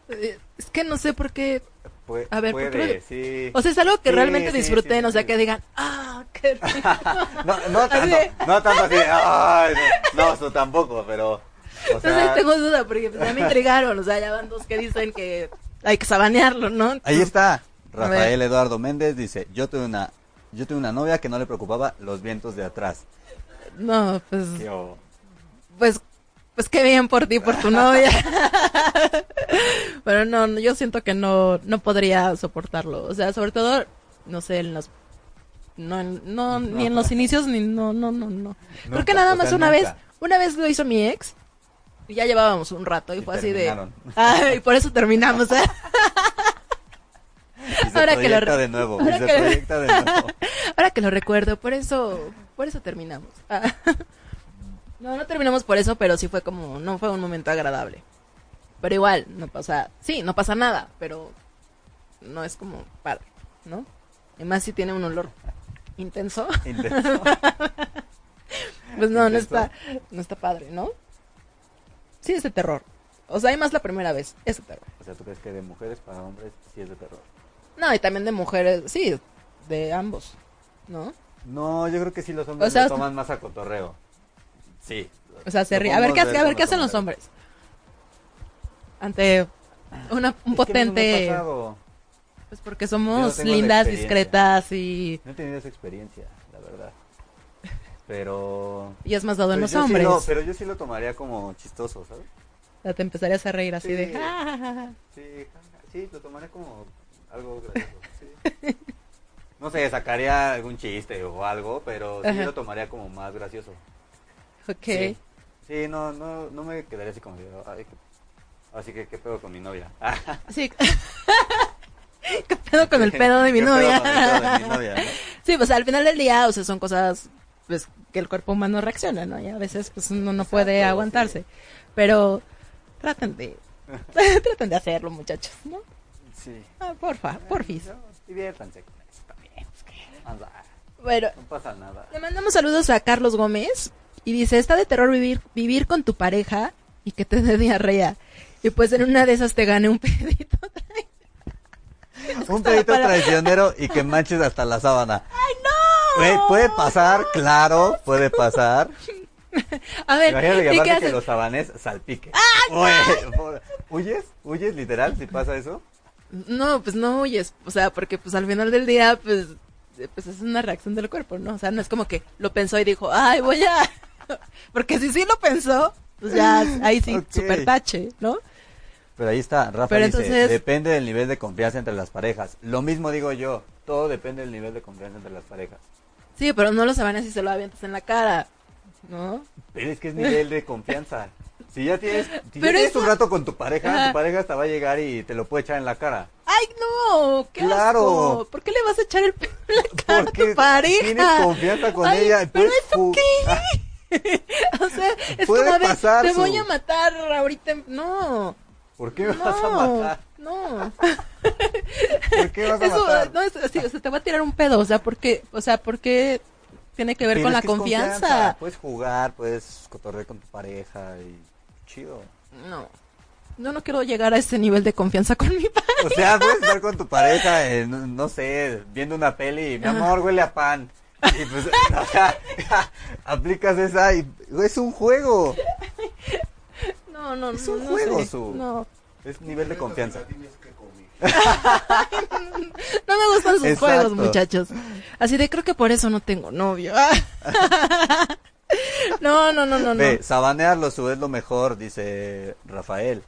Speaker 2: Eh, Es que no sé por qué...
Speaker 3: Pue-
Speaker 2: A ver, ¿por qué
Speaker 3: puede,
Speaker 2: lo-
Speaker 3: sí.
Speaker 2: O sea, es algo que
Speaker 3: Sí,
Speaker 2: realmente
Speaker 3: sí,
Speaker 2: disfruten,
Speaker 3: sí,
Speaker 2: o sea,
Speaker 3: sí.
Speaker 2: que digan, ah, qué
Speaker 3: [laughs]
Speaker 2: rico".
Speaker 3: no, no tanto,
Speaker 2: Así.
Speaker 3: no tanto así. de, "Ay, no, no, eso tampoco, pero. O
Speaker 2: Entonces
Speaker 3: sea,
Speaker 2: tengo duda, porque pues, ya me intrigaron, o sea, ya van dos que dicen que hay que sabanearlo, ¿no?
Speaker 3: Ahí está.
Speaker 2: Mm. A ver.
Speaker 3: Rafael Eduardo Méndez dice, yo tuve una, yo tuve una novia que no le preocupaba los vientos de atrás.
Speaker 2: No, pues...
Speaker 3: Yo,
Speaker 2: Pues, pues qué bien por ti, por tu
Speaker 3: [laughs]
Speaker 2: novia. Pero no, no, yo siento que no, no podría soportarlo. O sea, sobre todo, no sé, en los, no, en- no, ni en los inicios, ni no, no, no, no. Creo
Speaker 3: Nunca,
Speaker 2: que nada
Speaker 3: o sea,
Speaker 2: más una
Speaker 3: nunca.
Speaker 2: vez, una vez lo hizo mi ex. Y ya llevábamos un rato y,
Speaker 3: Y
Speaker 2: fue así [laughs]
Speaker 3: terminaron.
Speaker 2: de... Ay, por eso terminamos. ¿eh?
Speaker 3: y se
Speaker 2: Ahora que lo
Speaker 3: proyecta
Speaker 2: re-
Speaker 3: de nuevo, y
Speaker 2: ahora
Speaker 3: se
Speaker 2: que-
Speaker 3: proyecta
Speaker 2: [laughs]
Speaker 3: de nuevo.
Speaker 2: Ahora que lo recuerdo, por eso, por eso terminamos. Ah. [laughs] No, no terminamos por eso, pero sí fue como, no fue un momento agradable. Pero igual, no pasa, sí, no pasa nada, pero no es como padre, ¿no? Además, si tiene un olor intenso, [laughs]
Speaker 3: Intenso.
Speaker 2: pues no, no
Speaker 3: Intenso.
Speaker 2: está, no está padre, ¿no? Sí, es de terror. O sea, hay más la primera vez, es de terror.
Speaker 3: O sea, ¿tú crees que de mujeres para hombres sí es de terror?
Speaker 2: No, y también de mujeres, sí, de ambos, ¿no?
Speaker 3: No, yo creo que sí los hombres
Speaker 2: O sea,
Speaker 3: lo toman más a cotorreo. Sí.
Speaker 2: O sea, se
Speaker 3: Lo
Speaker 2: ríe. A ver,
Speaker 3: podemos
Speaker 2: ¿qué, hace- a ver
Speaker 3: como
Speaker 2: qué hacen los hombres? Ante una, un
Speaker 3: Es que a mí no me ha
Speaker 2: potente...
Speaker 3: pasado.
Speaker 2: Pues porque somos
Speaker 3: tengo la
Speaker 2: lindas,
Speaker 3: experiencia.
Speaker 2: discretas y,
Speaker 3: No he tenido esa experiencia, la verdad. Pero...
Speaker 2: y es más dado en
Speaker 3: pero
Speaker 2: los
Speaker 3: Pues yo sí
Speaker 2: hombres.
Speaker 3: lo- pero yo sí lo tomaría como chistoso, ¿sabes?
Speaker 2: O sea, te empezarías a reír así de...
Speaker 3: Sí.
Speaker 2: "Ja, ja, ja, ja".
Speaker 3: Sí, sí, lo tomaré como algo gracioso. sí. No sé, sacaría algún chiste o algo, pero sí
Speaker 2: Ajá.
Speaker 3: lo tomaría como más gracioso.
Speaker 2: Ok.
Speaker 3: Sí, Sí, no, no, no me quedaría así como de, "Ay, qué- Así que, ¿qué pedo con mi novia? [laughs]
Speaker 2: Sí. [laughs] ¿Qué pedo con el pedo de mi
Speaker 3: ¿Qué pedo
Speaker 2: novia?
Speaker 3: con el pedo de mi novia, no?
Speaker 2: [laughs] sí, pues al final del día, o sea, son cosas pues, que el cuerpo humano reacciona, ¿no? Y a veces pues uno no puede
Speaker 3: Exacto,
Speaker 2: [laughs] aguantarse. Pero traten de... traten de hacerlo, muchachos, ¿no?
Speaker 3: Sí, Sí.
Speaker 2: Ah, porfa, porfis.
Speaker 3: Yo- Diviértanse con eso también. pues, ¿qué? Anda,
Speaker 2: Bueno,
Speaker 3: no pasa nada.
Speaker 2: le mandamos saludos a Carlos Gómez y dice, está de terror vivir, vivir con tu pareja y que te dé diarrea. Y pues en una de esas te gane un [laughs] pedito.
Speaker 3: Un pedito
Speaker 2: para-
Speaker 3: traicionero y que manches hasta la sábana.
Speaker 2: [laughs] ¡Ay, no!
Speaker 3: Puede, puede pasar, claro, puede pasar.
Speaker 2: A ver,
Speaker 3: Imagínate que
Speaker 2: ¿y qué
Speaker 3: aparte que
Speaker 2: haces?
Speaker 3: los sabanés salpiquen. Oye, por- ¿Huyes? ¿Huyes literal si pasa eso?
Speaker 2: No, pues no huyes, o sea, porque pues al final del día, pues, eh, pues es una reacción del cuerpo, ¿no? O sea, no es como que lo pensó y dijo, ay, voy a... [laughs] porque si sí lo pensó, pues ya, ahí sí,
Speaker 3: Ok.
Speaker 2: super tache, ¿no?
Speaker 3: Pero ahí está, Rafa
Speaker 2: Pero
Speaker 3: dice,
Speaker 2: entonces-
Speaker 3: depende del nivel de confianza entre las parejas. Lo mismo digo yo, todo depende del nivel de confianza entre las parejas.
Speaker 2: Sí, pero no lo saben si se lo avientas en la cara, ¿no?
Speaker 3: Pero es que es nivel de confianza. Si ya tienes, si ya
Speaker 2: Pero
Speaker 3: tienes
Speaker 2: eso-
Speaker 3: un rato con tu pareja,
Speaker 2: Ajá.
Speaker 3: tu pareja hasta va a llegar y te lo puede echar en
Speaker 2: [laughs]
Speaker 3: la cara.
Speaker 2: ¡Ay, no! ¡Qué
Speaker 3: Claro.
Speaker 2: asco! ¿Por qué le vas a echar el pelo en la cara a tu pareja?
Speaker 3: tienes confianza con
Speaker 2: Ay,
Speaker 3: ella.
Speaker 2: ¿Pero
Speaker 3: puedes
Speaker 2: eso
Speaker 3: ju-
Speaker 2: qué?
Speaker 3: Ah,
Speaker 2: O sea, es
Speaker 3: Puede
Speaker 2: como de,
Speaker 3: pasar
Speaker 2: te
Speaker 3: su-
Speaker 2: voy a matar ahorita. en- No,
Speaker 3: [laughs] ¿Por qué me vas a
Speaker 2: no,
Speaker 3: matar?
Speaker 2: no.
Speaker 3: ¿Por [laughs] qué vas a
Speaker 2: Eso,
Speaker 3: matar?
Speaker 2: no, es así, o sea, te va a tirar un pedo, o sea, porque, o sea, porque tiene que ver
Speaker 3: Pero
Speaker 2: con
Speaker 3: es
Speaker 2: la
Speaker 3: que es
Speaker 2: confianza.
Speaker 3: Puedes jugar, puedes cotorrear con tu pareja y chido.
Speaker 2: No. Yo no quiero llegar a ese nivel de confianza con mi [laughs] padre.
Speaker 3: O sea, puedes estar con tu pareja, eh, no, no sé, viendo una peli, y, mi amor, huele a pan. Y pues, [laughs] o sea, aplicas esa y es un juego.
Speaker 2: No, no,
Speaker 3: Es
Speaker 2: no,
Speaker 3: un
Speaker 2: no
Speaker 3: juego,
Speaker 2: sé.
Speaker 3: su-
Speaker 2: No.
Speaker 3: Es nivel de confianza.
Speaker 2: No me gustan sus
Speaker 3: Exacto.
Speaker 2: juegos, muchachos. Así de creo que por eso no tengo
Speaker 3: [laughs]
Speaker 2: novio. [laughs] no, no, no, no, no.
Speaker 3: Ve, sabanearlo su es lo mejor, dice Rafael.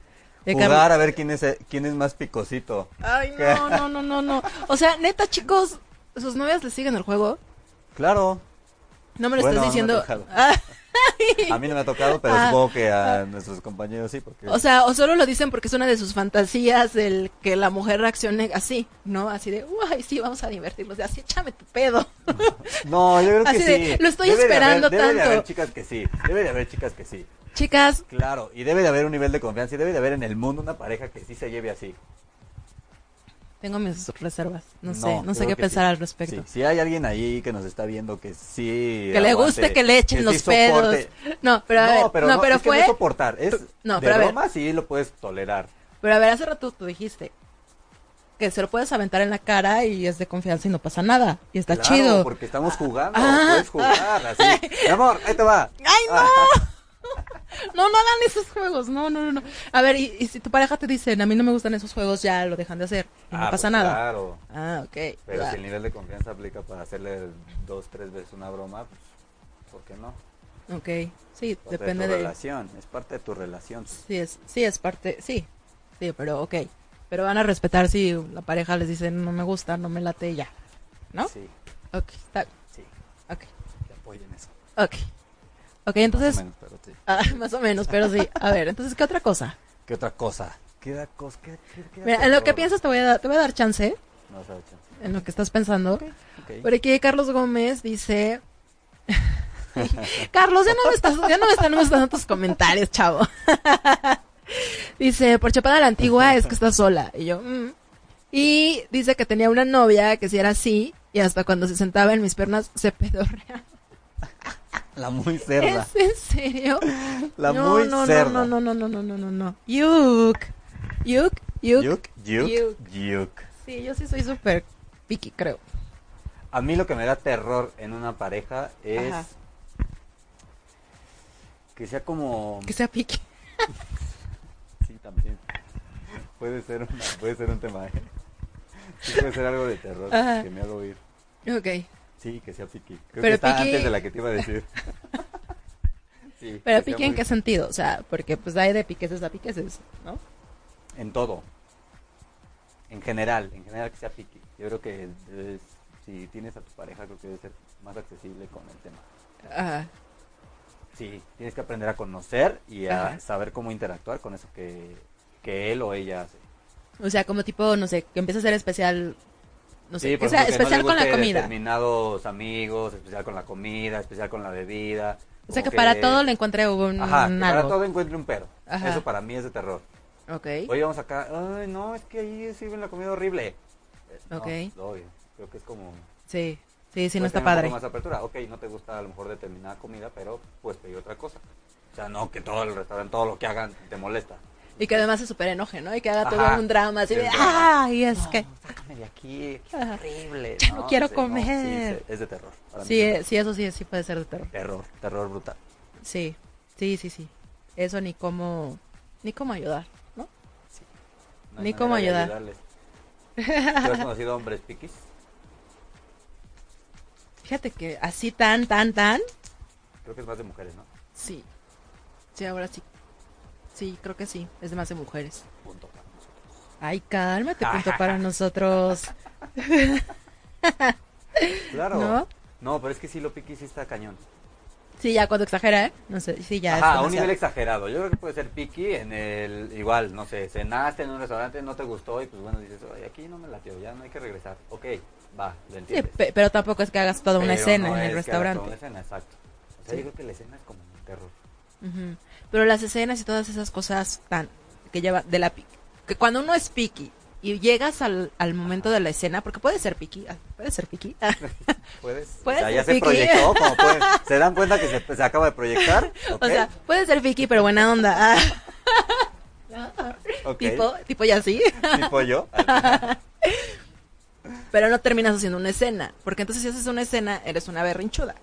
Speaker 2: De
Speaker 3: Jugar
Speaker 2: Carlos.
Speaker 3: a ver quién es, eh, quién es más picosito.
Speaker 2: Ay, no, no, no, no, no. O sea, neta, chicos, sus novias le siguen el juego.
Speaker 3: Claro,
Speaker 2: No me lo estás
Speaker 3: Bueno, no me ha
Speaker 2: diciendo.
Speaker 3: tocado.
Speaker 2: Ah.
Speaker 3: a mí no me ha tocado, pero
Speaker 2: [laughs] Ah.
Speaker 3: supongo que a nuestros compañeros sí, porque...
Speaker 2: O sea, o solo lo dicen porque es una de sus fantasías el que la mujer reaccione así, ¿no? Así de, uy, sí, vamos a divertirnos, de así, échame tu pedo.
Speaker 3: No, yo creo que
Speaker 2: Así
Speaker 3: sí.
Speaker 2: de, lo estoy
Speaker 3: Debe de
Speaker 2: esperando
Speaker 3: haber- Debe de
Speaker 2: tanto.
Speaker 3: haber chicas que sí. Debe de haber chicas que sí.
Speaker 2: Chicas,
Speaker 3: Claro, y debe de haber un nivel de confianza y debe de haber en el mundo una pareja que sí se lleve así.
Speaker 2: tengo mis reservas, no, sé, no sé
Speaker 3: creo
Speaker 2: qué
Speaker 3: que
Speaker 2: pensar
Speaker 3: sí.
Speaker 2: al respecto.
Speaker 3: Sí, si hay alguien ahí que nos está viendo que sí.
Speaker 2: Que le
Speaker 3: aguante,
Speaker 2: guste que le echen
Speaker 3: que sí
Speaker 2: los pedos.
Speaker 3: soporte.
Speaker 2: No, pero a ver, no, pero,
Speaker 3: no, es que no
Speaker 2: fue,
Speaker 3: es soportar, es
Speaker 2: no,
Speaker 3: de
Speaker 2: pero a ver.
Speaker 3: broma sí lo puedes tolerar.
Speaker 2: pero a ver, hace rato tú dijiste que se lo puedes aventar en la cara y es de confianza y no pasa nada, y está
Speaker 3: Claro,
Speaker 2: chido.
Speaker 3: porque estamos jugando,
Speaker 2: Ah.
Speaker 3: puedes jugar así. Mi amor, ahí te va.
Speaker 2: ¡Ay, [laughs] no!
Speaker 3: Ah,
Speaker 2: No, no hagan esos juegos, no, no, no, no. A ver, y, y si tu pareja te dice, a mí no me gustan esos juegos, ya lo dejan de hacer, y no
Speaker 3: pues
Speaker 2: pasa nada.
Speaker 3: Claro.
Speaker 2: Ah, ok.
Speaker 3: Pero
Speaker 2: va.
Speaker 3: si el nivel de confianza aplica para hacerle dos, tres veces una broma, pues, ¿por qué no?
Speaker 2: Ok, sí,
Speaker 3: Parte
Speaker 2: depende
Speaker 3: de tu
Speaker 2: de...
Speaker 3: relación, es parte de tu relación.
Speaker 2: Sí es, sí, es parte, sí, sí, pero ok. Pero van a respetar si la pareja les dice, no me gusta, no me late, y ya. ¿No?
Speaker 3: Sí,
Speaker 2: Ok, está bien,
Speaker 3: sí,
Speaker 2: ok,
Speaker 3: te apoyo en eso. más
Speaker 2: ok. Ok,
Speaker 3: o
Speaker 2: entonces,
Speaker 3: menos, pero sí.
Speaker 2: ah, [laughs] más o menos, pero sí. A ver, entonces, ¿qué otra
Speaker 3: [laughs]
Speaker 2: cosa?
Speaker 3: ¿Qué otra cosa? ¿Qué da cosa? ¿Qué, qué, qué da
Speaker 2: Mira, en lo que
Speaker 3: terror?
Speaker 2: piensas te voy a dar, te voy a dar chance,
Speaker 3: No, se ha hecho.
Speaker 2: en lo que estás pensando.
Speaker 3: Ok.
Speaker 2: Por aquí Carlos Gómez dice... [laughs] Carlos, ya no me estás, ya no me están, no me están dando tus comentarios, chavo. [laughs] dice, por chapada la antigua es que está sola. Y yo, mm. Y dice que tenía una novia que si era así, y hasta cuando se sentaba en mis piernas se pedorreaba. [laughs]
Speaker 3: La muy cerda.
Speaker 2: ¿Es en serio?
Speaker 3: La
Speaker 2: e- no,
Speaker 3: muy
Speaker 2: no,
Speaker 3: cerda.
Speaker 2: no, no, no, no, no, no, no, no. Yuk. Yuk, yuk.
Speaker 3: Yuk, yuk,
Speaker 2: Yuk.
Speaker 3: yuk.
Speaker 2: Sí, yo sí soy súper piqui, creo.
Speaker 3: A mí lo que me da terror en una pareja es
Speaker 2: Ajá.
Speaker 3: que sea como
Speaker 2: Que sea piqui. [laughs]
Speaker 3: sí también. Puede ser una- puede ser un tema. ¿eh? Sí, puede ser algo de terror
Speaker 2: Ajá.
Speaker 3: que me haga oír.
Speaker 2: Ok.
Speaker 3: Sí, que sea piqui. Creo que
Speaker 2: Pero
Speaker 3: está
Speaker 2: piqui-
Speaker 3: antes de la que te iba a
Speaker 2: [laughs]
Speaker 3: decir. Sí,
Speaker 2: Pero
Speaker 3: que sea
Speaker 2: piqui en
Speaker 3: muy-
Speaker 2: qué sentido? O sea, porque pues hay de piqueses a piqueses, ¿no?
Speaker 3: En todo. En general, en general que sea piqui. Yo creo que debes- si tienes a tu pareja, creo que debe ser más accesible con el tema.
Speaker 2: Ajá.
Speaker 3: Sí, tienes que aprender a conocer y a
Speaker 2: Ajá.
Speaker 3: saber cómo interactuar con eso que, que él o ella hace.
Speaker 2: O sea, como tipo, no sé, que empieza a ser especial, no sé,
Speaker 3: Sí, por
Speaker 2: que sea
Speaker 3: ejemplo, que no
Speaker 2: especial
Speaker 3: le
Speaker 2: con la
Speaker 3: guste
Speaker 2: comida.
Speaker 3: Determinados amigos, especial con la comida, especial con la bebida.
Speaker 2: O sea,
Speaker 3: como
Speaker 2: que para todo le encontré un
Speaker 3: Ajá, que para
Speaker 2: algo.
Speaker 3: todo encuentre un pero.
Speaker 2: Ajá.
Speaker 3: Eso para mí es de terror.
Speaker 2: Ok.
Speaker 3: Hoy vamos acá, ay, no, es que ahí sirven la comida horrible. Eh, no,
Speaker 2: Ok.
Speaker 3: lo odio. creo que es como...
Speaker 2: Sí, sí, sí, no
Speaker 3: puedes
Speaker 2: está
Speaker 3: tener un poco
Speaker 2: padre.
Speaker 3: más apertura. Ok, no te gusta a lo mejor determinada comida, pero puedes pedir otra cosa. O sea, no que todo el restaurante, todo lo que hagan te molesta.
Speaker 2: Y que además se super enoje, ¿no? Y que haga
Speaker 3: Ajá.
Speaker 2: todo un drama así
Speaker 3: Sí,
Speaker 2: de,
Speaker 3: es drama.
Speaker 2: ¡ay! Es que.
Speaker 3: Pues, Sácame de aquí, es
Speaker 2: Ajá.
Speaker 3: horrible.
Speaker 2: Ya no quiero comer.
Speaker 3: sí, sí, es de terror. Para mí
Speaker 2: Sí,
Speaker 3: es de
Speaker 2: eh, sí, eso sí, sí puede ser de terror.
Speaker 3: terror, terror brutal.
Speaker 2: Sí, sí, sí, sí. Eso ni cómo, ni cómo ayudar, ¿no?
Speaker 3: No hay
Speaker 2: Ni
Speaker 3: manera
Speaker 2: cómo
Speaker 3: de
Speaker 2: ayudar.
Speaker 3: ayudarles. ¿Tú has conocido hombres piquis?
Speaker 2: Fíjate que así tan, tan, tan,
Speaker 3: Creo que es más de mujeres, ¿no?
Speaker 2: sí. Sí, ahora sí. Sí, creo que sí. Es de más de mujeres.
Speaker 3: Punto para nosotros.
Speaker 2: Ay,
Speaker 3: Ah.
Speaker 2: cálmate, punto para nosotros.
Speaker 3: Claro.
Speaker 2: ¿No?
Speaker 3: ¿No? pero es que sí, lo piquis sí está cañón.
Speaker 2: Sí, ya cuando exagera, ¿eh? No sé, sí, ya. es
Speaker 3: Ajá, a un
Speaker 2: demasiado.
Speaker 3: nivel exagerado. Yo creo que puede ser piqui en el. Igual, no sé, cenaste en un restaurante, no te gustó y pues bueno, dices, oye, aquí no me latió, ya no hay que regresar. Ok, va, lo
Speaker 2: Sí,
Speaker 3: entiendes.
Speaker 2: pe- pero tampoco es que hagas toda una
Speaker 3: Pero
Speaker 2: escena
Speaker 3: no
Speaker 2: en
Speaker 3: es
Speaker 2: el
Speaker 3: que hagas
Speaker 2: restaurante.
Speaker 3: toda una escena, exacto. O sea,
Speaker 2: Sí.
Speaker 3: yo creo que la escena es como un terror.
Speaker 2: Ujú. Pero las escenas y todas esas cosas tan que lleva de la pi- que cuando uno es picky y llegas al, al momento de la escena, porque puede ser picky, ah, puede ser picky,
Speaker 3: ¿Puedes?
Speaker 2: Puede
Speaker 3: o sea,
Speaker 2: ser
Speaker 3: ya se
Speaker 2: piqui.
Speaker 3: proyectó, como pueden. ¿Se dan cuenta que se, se acaba de proyectar?
Speaker 2: [laughs]
Speaker 3: Ok,
Speaker 2: o sea, puede ser picky pero buena onda, ah,
Speaker 3: ok.
Speaker 2: tipo tipo ya así, [laughs]
Speaker 3: Tipo yo.
Speaker 2: pero no terminas haciendo una escena, porque entonces si haces una escena eres una berrinchuda,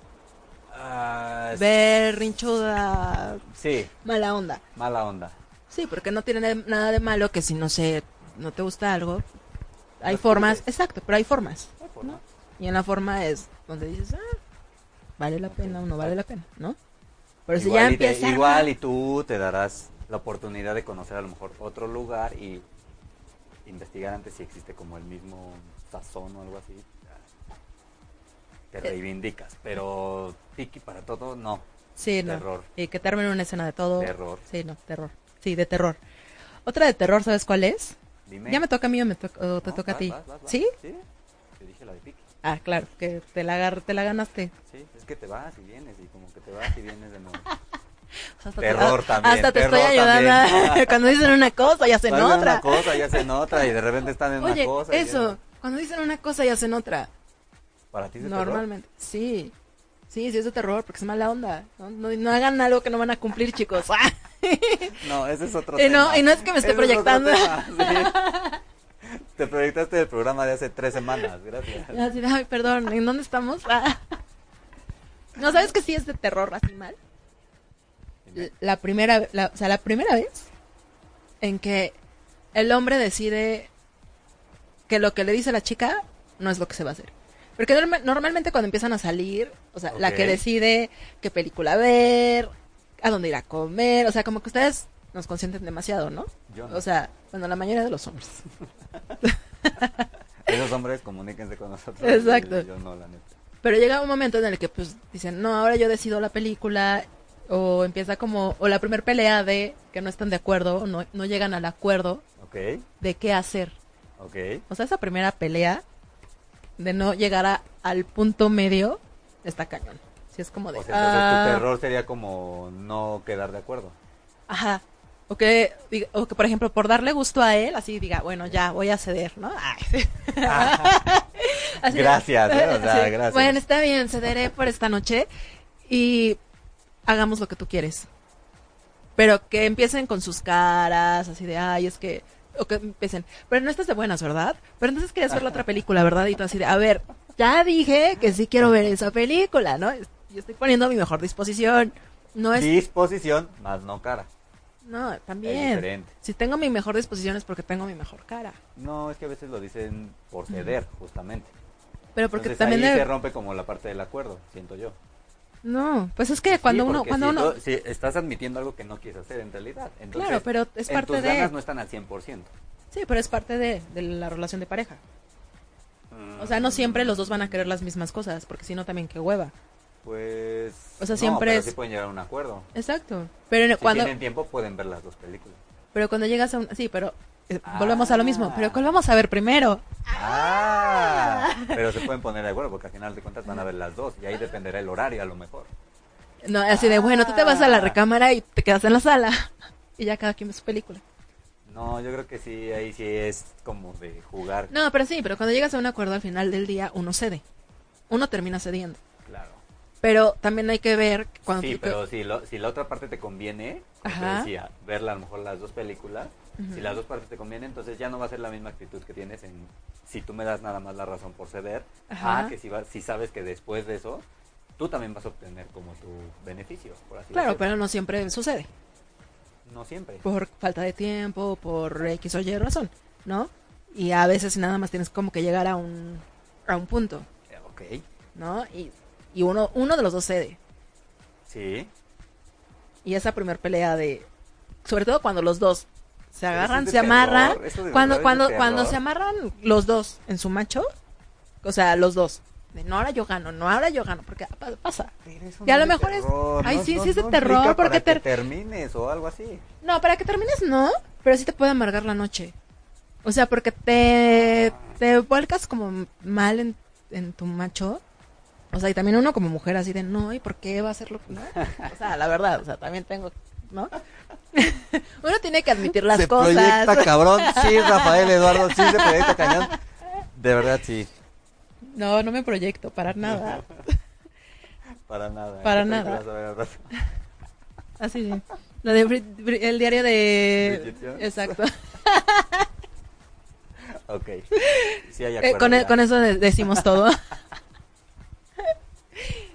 Speaker 3: Ah,
Speaker 2: berrinchuda,
Speaker 3: sí,
Speaker 2: mala onda,
Speaker 3: mala onda.
Speaker 2: sí, porque no tiene na- nada de malo que si no sé, no te gusta algo, hay formas, exacto, pero hay formas.
Speaker 3: ¿No?
Speaker 2: Y en la forma es donde dices, ah, vale la pena o no vale la pena, ¿no? Pero si ya
Speaker 3: Igual y te-
Speaker 2: empieza.
Speaker 3: igual y tú te darás la oportunidad de conocer a lo mejor otro lugar y investigar antes si existe como el mismo sazón o algo así. Te
Speaker 2: Eh,
Speaker 3: reivindicas, pero piqui para todo no.
Speaker 2: Sí, no.
Speaker 3: Terror.
Speaker 2: Y que termine una escena de todo.
Speaker 3: Terror.
Speaker 2: Sí, no, terror. Sí, de terror. Otra de terror, ¿sabes cuál es?
Speaker 3: Dime.
Speaker 2: Ya me toca a mí o, me toca- o te
Speaker 3: No,
Speaker 2: toca a
Speaker 3: vas,
Speaker 2: ti.
Speaker 3: vas, vas, vas.
Speaker 2: ¿Sí?
Speaker 3: Sí. Te dije la de piqui.
Speaker 2: Ah, claro, que te la, agar- te la ganaste.
Speaker 3: Sí, es que te vas y vienes y como que te vas y vienes
Speaker 2: [laughs]
Speaker 3: de nuevo.
Speaker 2: O sea, hasta
Speaker 3: Terror
Speaker 2: te, ah,
Speaker 3: también,
Speaker 2: Hasta te
Speaker 3: terror
Speaker 2: estoy ayudando.
Speaker 3: [laughs] también.
Speaker 2: [laughs] cuando dicen una cosa y hacen
Speaker 3: Vas de
Speaker 2: otra.
Speaker 3: una cosa y hacen otra y de repente están en
Speaker 2: Oye,
Speaker 3: una cosa. y
Speaker 2: eso.
Speaker 3: en-
Speaker 2: Cuando dicen una cosa y hacen otra.
Speaker 3: Para ti es de terror?
Speaker 2: Normalmente, sí. Sí, sí es de terror porque es mala onda. No, no- no hagan algo que no van a cumplir, chicos. [laughs] Ah,
Speaker 3: No, ese es otro
Speaker 2: Y no-
Speaker 3: tema.
Speaker 2: y no es que me esté
Speaker 3: Ese es otro
Speaker 2: proyectando.
Speaker 3: tema,
Speaker 2: [laughs]
Speaker 3: sí. Te proyectaste del programa de hace tres semanas, gracias.
Speaker 2: así de, Ay, perdón, ¿en dónde estamos? [laughs] Ah. No, ¿sabes que sí es de terror así mal?
Speaker 3: Dime.
Speaker 2: La primera, la- o sea, la primera vez en que el hombre decide que lo que le dice la chica no es lo que se va a hacer. Porque norma- normalmente cuando empiezan a salir, o sea, la
Speaker 3: Ok.
Speaker 2: que decide qué película ver, a dónde ir a comer, o sea, como que ustedes nos consienten demasiado, ¿no?
Speaker 3: Yo no.
Speaker 2: O sea, bueno, la mayoría de los hombres.
Speaker 3: Esos hombres comuníquense con nosotros.
Speaker 2: Exacto.
Speaker 3: Yo no, la neta.
Speaker 2: Pero llega un momento en el que pues dicen, no, ahora yo decido la película, o empieza como, o la primer pelea de que no están de acuerdo, o no, no llegan al acuerdo
Speaker 3: Ok,
Speaker 2: de qué hacer.
Speaker 3: ok.
Speaker 2: O sea, esa primera pelea de no llegar a- al punto medio está cañón. Si es como de...
Speaker 3: O sea, entonces
Speaker 2: "Ah".
Speaker 3: tu terror sería como no quedar
Speaker 2: [laughs]
Speaker 3: de acuerdo.
Speaker 2: Ajá. O que, diga- o que, por ejemplo, por darle gusto a él, así diga, bueno, ya voy a ceder, ¿no? Ay. Así-
Speaker 3: Gracias, ¿eh?
Speaker 2: [laughs]
Speaker 3: O sea,
Speaker 2: Sí.
Speaker 3: gracias.
Speaker 2: Bueno, está bien, cederé por esta noche y hagamos lo que tú quieres. Pero que empiecen con sus caras, así de, ay, es que. O que empiecen, pero no estás de buenas, ¿verdad? Pero entonces querías ver la otra película, ¿verdad? Y tú así de, a ver, ya dije que sí quiero ver esa película, ¿no? Yo estoy poniendo mi mejor disposición. No es
Speaker 3: Disposición, más no cara.
Speaker 2: no,
Speaker 3: Es
Speaker 2: también.
Speaker 3: diferente.
Speaker 2: Si tengo mi mejor disposición es porque tengo mi mejor cara.
Speaker 3: No, es que a veces lo dicen por ceder, justamente.
Speaker 2: Pero porque
Speaker 3: Entonces,
Speaker 2: también
Speaker 3: ahí
Speaker 2: debe-
Speaker 3: se rompe como la parte del acuerdo, siento yo.
Speaker 2: No, pues es que cuando
Speaker 3: Sí,
Speaker 2: uno
Speaker 3: porque
Speaker 2: cuando
Speaker 3: si
Speaker 2: uno
Speaker 3: tú- si estás admitiendo algo que no quieres hacer en realidad. Entonces,
Speaker 2: Claro, pero es
Speaker 3: en
Speaker 2: parte
Speaker 3: tus
Speaker 2: de-
Speaker 3: ganas no están al 100%.
Speaker 2: Sí, pero es parte de, de la relación de pareja. O sea, no siempre los dos van a querer las mismas cosas, porque si no también qué hueva.
Speaker 3: Pues.
Speaker 2: O sea,
Speaker 3: no,
Speaker 2: siempre
Speaker 3: pero
Speaker 2: es-
Speaker 3: sí pueden llegar a un acuerdo.
Speaker 2: Exacto. Pero en-
Speaker 3: Si
Speaker 2: cuando
Speaker 3: tienen tiempo, pueden ver las dos películas.
Speaker 2: pero cuando llegas a un sí, pero eh,
Speaker 3: Ah.
Speaker 2: volvemos a lo mismo, pero ¿cuál vamos a ver primero?
Speaker 3: ¡Ah! Pero se pueden poner de acuerdo porque al final de cuentas van a ver las dos y ahí dependerá el horario a lo mejor.
Speaker 2: No, así de, bueno, tú te vas a la [laughs]
Speaker 3: Ah.
Speaker 2: recámara y te quedas en la sala y ya cada quien ve su película.
Speaker 3: No, yo creo que sí, ahí sí es como de jugar,
Speaker 2: No, pero sí, pero cuando llegas a un acuerdo al final del día, uno cede. Uno termina cediendo.
Speaker 3: claro.
Speaker 2: Pero también hay que ver que cuando...
Speaker 3: Sí,
Speaker 2: tú-
Speaker 3: pero si, lo- si la otra parte te conviene, como te
Speaker 2: Ajá.
Speaker 3: decía, verla a lo mejor las dos películas,
Speaker 2: Ujú.
Speaker 3: si las dos partes te convienen, entonces ya no va a ser la misma actitud que tienes en si tú me das nada más la razón por ceder,
Speaker 2: Ajá.
Speaker 3: ah, que si, vas si sabes que después de eso, tú también vas a obtener como tu beneficio, por así
Speaker 2: Claro,
Speaker 3: decirlo.
Speaker 2: pero Pues no siempre sucede.
Speaker 3: No siempre.
Speaker 2: Por falta de tiempo, por X o Y razón, ¿no? Y a veces nada más tienes como que llegar a un, a un punto,
Speaker 3: Eh, Ok,
Speaker 2: ¿no? Y, y uno, uno de los dos cede.
Speaker 3: sí.
Speaker 2: Y esa primer pelea de... Sobre todo cuando los dos se agarran,
Speaker 3: Eso es
Speaker 2: se
Speaker 3: de terror,
Speaker 2: amarran.
Speaker 3: eso de
Speaker 2: Cuando,
Speaker 3: verdad es
Speaker 2: cuando,
Speaker 3: de
Speaker 2: cuando
Speaker 3: terror.
Speaker 2: se amarran los dos en su macho, o sea, los dos, de no ahora yo gano, no ahora yo gano, porque pa- pasa.
Speaker 3: Pero eso
Speaker 2: Y a
Speaker 3: no
Speaker 2: lo mejor
Speaker 3: de
Speaker 2: es-
Speaker 3: terror,
Speaker 2: ay,
Speaker 3: no-
Speaker 2: sí,
Speaker 3: no-
Speaker 2: sí es de
Speaker 3: no implica
Speaker 2: terror, porque
Speaker 3: para que
Speaker 2: ter-
Speaker 3: termines o algo así.
Speaker 2: No, para que termines no, pero sí te puede amargar la noche. O sea, porque te, te vuelcas como mal en, en tu macho. O sea, y también uno como mujer así de, no, ¿y por qué va a hacerlo? ¿No? [laughs] O sea, la verdad, o sea, también tengo, ¿no? [laughs] uno tiene que admitir las
Speaker 3: se
Speaker 2: cosas.
Speaker 3: proyecta cabrón, sí, Rafael Eduardo, sí se proyecta cañón. De verdad sí,
Speaker 2: [laughs] No, no me proyecto para nada.
Speaker 3: para nada. ¿eh?
Speaker 2: Para
Speaker 3: ¿Qué
Speaker 2: nada.
Speaker 3: película vas a ver al rato?
Speaker 2: Así de. La de Brit- Brit- el diario de.
Speaker 3: Bridget Jones. [laughs]
Speaker 2: Exacto.
Speaker 3: [laughs] Ok. Sí hay
Speaker 2: Eh,
Speaker 3: acuerdo.
Speaker 2: con,
Speaker 3: ya.
Speaker 2: con eso de- decimos
Speaker 3: [laughs]
Speaker 2: todo. [laughs]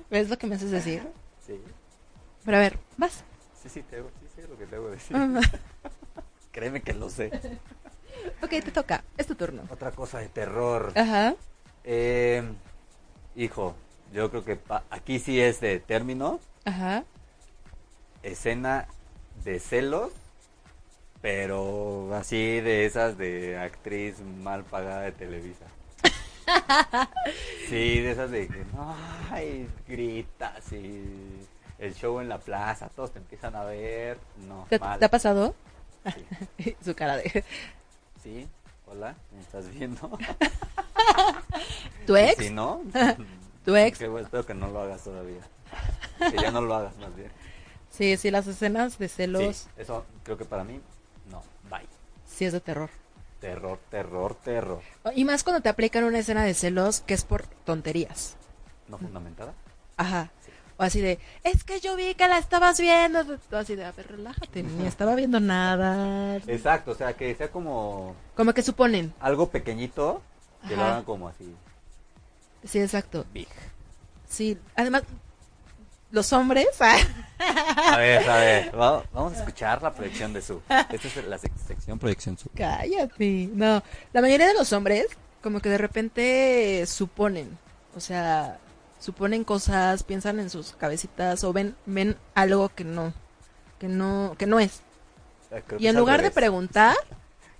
Speaker 2: ¿Ves lo que me haces decir?
Speaker 3: Sí.
Speaker 2: Pero a ver, vas.
Speaker 3: Sí, sí, te hago, sí sé lo que te
Speaker 2: [laughs]
Speaker 3: hago decir.
Speaker 2: Ah,
Speaker 3: Créeme que lo sé.
Speaker 2: ok, te toca. Es tu turno.
Speaker 3: Otra cosa de terror.
Speaker 2: Ajá.
Speaker 3: Eh, hijo, yo creo que pa- aquí sí es de término,
Speaker 2: Ajá.
Speaker 3: escena de celos, pero así de esas de actriz mal pagada
Speaker 2: [laughs]
Speaker 3: de Televisa. Sí, de esas de que ay, gritas y el show en la plaza, todos te empiezan a ver. No,
Speaker 2: ¿Te,
Speaker 3: mal.
Speaker 2: te ha pasado? [laughs]
Speaker 3: Sí.
Speaker 2: Su cara de. [laughs]
Speaker 3: Sí, hola, ¿me estás viendo?
Speaker 2: ¿Tu ex?
Speaker 3: Si no,
Speaker 2: [laughs] ¿Tu ex?
Speaker 3: [laughs] qué bueno, espero que no lo
Speaker 2: [laughs]
Speaker 3: hagas todavía. Que ya no lo hagas más bien.
Speaker 2: Sí, sí, las escenas de celos.
Speaker 3: Sí, eso creo que para mí, no, bye.
Speaker 2: sí es de terror.
Speaker 3: Terror, terror, terror.
Speaker 2: Oh, Y más cuando te aplican una escena de celos que es por tonterías.
Speaker 3: ¿No fundamentada?
Speaker 2: Ajá. O así de, es que yo vi que la estabas viendo. Tú así de, a ver, relájate, ni estaba viendo nada.
Speaker 3: Exacto, o sea, que sea como
Speaker 2: Como que suponen.
Speaker 3: algo pequeñito, que lo
Speaker 2: Ajá.
Speaker 3: hagan como así,
Speaker 2: Sí, exacto. [laughs]
Speaker 3: big.
Speaker 2: Sí, además, los hombres. [laughs] ah,
Speaker 3: A ver, a ver, va- vamos a escuchar la proyección de su. Esta es la sec- sección proyección su.
Speaker 2: Cállate. No, la mayoría de los hombres, como que de repente eh, suponen. O sea, suponen cosas, piensan en sus cabecitas o ven, ven algo que no. Que no, que no es.
Speaker 3: Ah, creo que
Speaker 2: Y
Speaker 3: es
Speaker 2: en
Speaker 3: al
Speaker 2: lugar de
Speaker 3: revés.
Speaker 2: preguntar,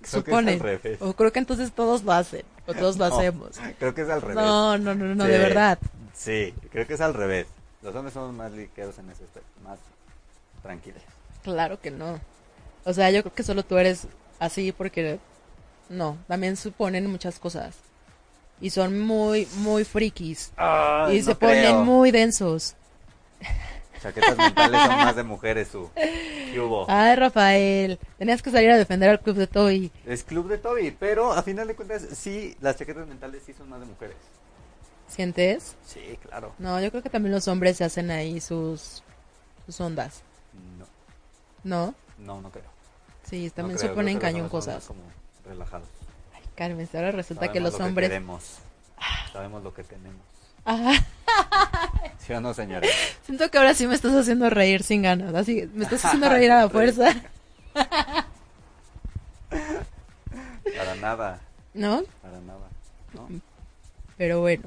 Speaker 3: Creo que es al
Speaker 2: suponen.
Speaker 3: revés.
Speaker 2: O creo que entonces todos lo hacen. O todos lo
Speaker 3: [laughs] No.
Speaker 2: hacemos.
Speaker 3: Creo que es al revés.
Speaker 2: No, no, no, no,
Speaker 3: Sí,
Speaker 2: de verdad.
Speaker 3: Sí, creo que es al revés. Los hombres son más ligeros en ese aspecto, más tranquilos.
Speaker 2: Claro que no. O sea, yo creo que solo tú eres así porque no, también suponen muchas cosas. Y son muy, muy frikis. y se ponen muy densos.
Speaker 3: Chaquetas mentales son más de mujeres,
Speaker 2: [laughs]
Speaker 3: su. ¿Qué hubo?
Speaker 2: Ay, Rafael, tenías que salir a defender al club de Toy.
Speaker 3: Es club de Toby, pero a final de cuentas, sí, las chaquetas mentales sí son más de mujeres.
Speaker 2: ¿Sientes?
Speaker 3: Sí, claro.
Speaker 2: No, yo creo que también los hombres se hacen ahí sus, sus ondas.
Speaker 3: No,
Speaker 2: ¿No?
Speaker 3: no, no creo.
Speaker 2: Sí, también
Speaker 3: No creo,
Speaker 2: suponen
Speaker 3: creo que
Speaker 2: cañón
Speaker 3: los hombres
Speaker 2: cosas.
Speaker 3: son más Como relajados.
Speaker 2: Ay, Carmen, ahora resulta que
Speaker 3: Sabemos
Speaker 2: los
Speaker 3: lo
Speaker 2: hombres... Ah.
Speaker 3: queremos. Sabemos lo que tenemos.
Speaker 2: [laughs] Ajá.
Speaker 3: ¿Sí o no, señora?
Speaker 2: Siento que ahora sí me estás haciendo reír sin ganas. Así, me
Speaker 3: [laughs]
Speaker 2: estás haciendo reír a la fuerza. [laughs]
Speaker 3: Para nada,
Speaker 2: ¿No?
Speaker 3: para nada. ¿No?
Speaker 2: Pero bueno.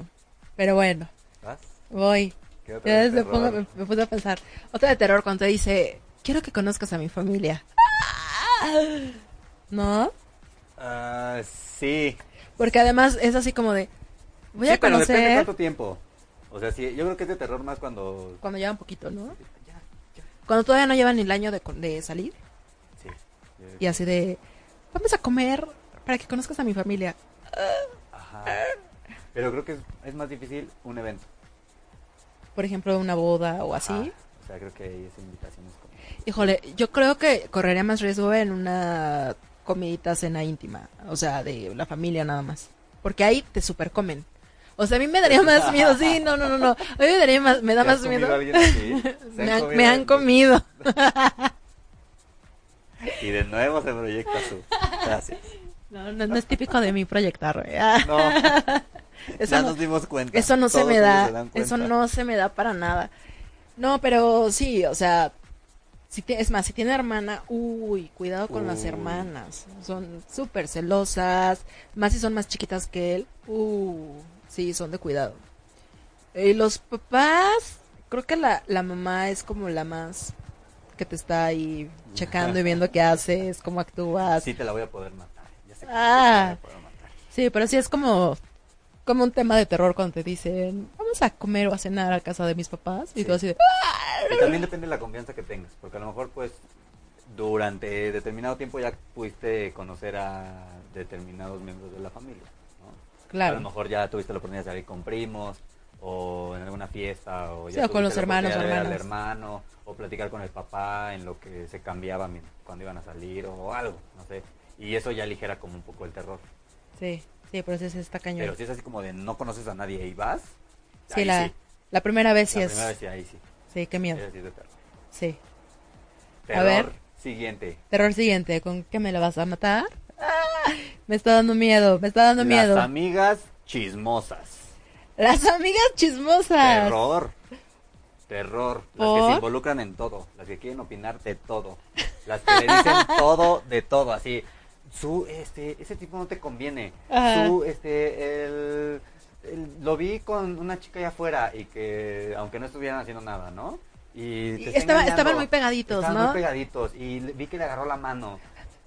Speaker 2: Pero bueno.
Speaker 3: ¿Vas?
Speaker 2: Voy.
Speaker 3: ¿Qué otra
Speaker 2: Ya
Speaker 3: de
Speaker 2: desde
Speaker 3: terror?
Speaker 2: pongo- me, me puse a pensar. Otra de terror cuando te dice, quiero que conozcas a mi familia. [laughs] ¿No?
Speaker 3: Ah, sí.
Speaker 2: Porque además es así como de, voy
Speaker 3: Sí,
Speaker 2: a
Speaker 3: pero depende de
Speaker 2: conocer...
Speaker 3: cuánto tiempo. O sea, sí, yo creo que es de terror más cuando...
Speaker 2: Cuando llevan poquito, ¿no?
Speaker 3: Ya, ya.
Speaker 2: Cuando todavía no llevan el año de, con- de salir.
Speaker 3: Sí. Eh,
Speaker 2: Y así de, vamos a comer para que conozcas a mi familia.
Speaker 3: Ajá. Pero creo que es, es más difícil un evento.
Speaker 2: Por ejemplo, una boda o así.
Speaker 3: Ajá. O sea, creo que ahí es invitaciones como...
Speaker 2: Híjole, yo creo que correría más riesgo en una comidita cena íntima, o sea, de la familia nada más, porque ahí te supercomen. O sea, a mí me daría más miedo, sí, no, no, no, no. A mí me daría más, me da
Speaker 3: ¿Te has
Speaker 2: más
Speaker 3: comido
Speaker 2: miedo. [laughs]
Speaker 3: a alguien así? ¿Se
Speaker 2: Me han,
Speaker 3: comido
Speaker 2: me han
Speaker 3: a alguien?
Speaker 2: comido.
Speaker 3: Y de nuevo se proyecta su. Gracias.
Speaker 2: No, no, no es típico de mí proyectar. güey. Ah,
Speaker 3: [laughs] No,
Speaker 2: Eso
Speaker 3: ya
Speaker 2: no,
Speaker 3: nos dimos cuenta.
Speaker 2: eso no se
Speaker 3: Todos
Speaker 2: me
Speaker 3: se dan
Speaker 2: da,
Speaker 3: cuenta.
Speaker 2: eso no se me da para nada. No, pero sí, o sea, si tie- es más, si tiene hermana, uy, cuidado con las
Speaker 3: Uy.
Speaker 2: hermanas. Son súper celosas, más si son más chiquitas que él. Uh, sí, son de cuidado. Y los papás, creo que la, la mamá es como la más que te está ahí checando y viendo qué haces, cómo actúas.
Speaker 3: Sí, te la voy a poder matar. Ya sé que
Speaker 2: Ah.
Speaker 3: te la voy a poder matar.
Speaker 2: Sí, pero sí es como, como un tema de terror cuando te dicen, vamos a comer o a cenar a casa de mis papás. Y
Speaker 3: Sí.
Speaker 2: tú así de, "Ah,
Speaker 3: Y también depende de la confianza que tengas, porque a lo mejor pues durante determinado tiempo ya pudiste conocer a determinados miembros de la familia. ¿no? A lo
Speaker 2: claro.
Speaker 3: mejor ya tuviste la oportunidad de salir con primos o en alguna fiesta o ya
Speaker 2: Sí, o con
Speaker 3: tuviste
Speaker 2: los
Speaker 3: la
Speaker 2: hermanos,
Speaker 3: oportunidad de ver al
Speaker 2: hermanas.
Speaker 3: hermano o platicar con el papá en lo que se cambiaba mien- cuando iban a salir o algo, no sé. Y eso ya aligera como un poco el terror.
Speaker 2: Sí, sí, pero sí sí está cañón.
Speaker 3: Pero si es así como de no conoces a nadie y vas,
Speaker 2: sí,
Speaker 3: ahí
Speaker 2: la,
Speaker 3: sí.
Speaker 2: la primera vez sí
Speaker 3: La
Speaker 2: es.
Speaker 3: primera vez sí, ahí sí. Eh.
Speaker 2: Sí, qué
Speaker 3: Ese
Speaker 2: miedo.
Speaker 3: sí es de terror.
Speaker 2: Sí. A
Speaker 3: Terror
Speaker 2: ver.
Speaker 3: siguiente.
Speaker 2: Terror siguiente, ¿con qué me la vas a matar? ¡Ah! Me está dando miedo, me está dando miedo.
Speaker 3: Las amigas chismosas.
Speaker 2: Las amigas chismosas.
Speaker 3: Terror. Terror. Las que
Speaker 2: ¿Por?
Speaker 3: se involucran en todo. Las que quieren opinar de todo. Las que le
Speaker 2: [laughs]
Speaker 3: dicen todo de todo. Así. Su, este, ese tipo no te conviene.
Speaker 2: Ajá.
Speaker 3: Su, este, el, el- lo vi con una chica allá afuera y que, aunque no estuvieran haciendo nada, ¿no? Y
Speaker 2: Y
Speaker 3: te está
Speaker 2: estaba-
Speaker 3: engañando.
Speaker 2: estaban muy pegaditos,
Speaker 3: Estaban
Speaker 2: ¿no?
Speaker 3: muy pegaditos. Y le- vi que le agarró la mano.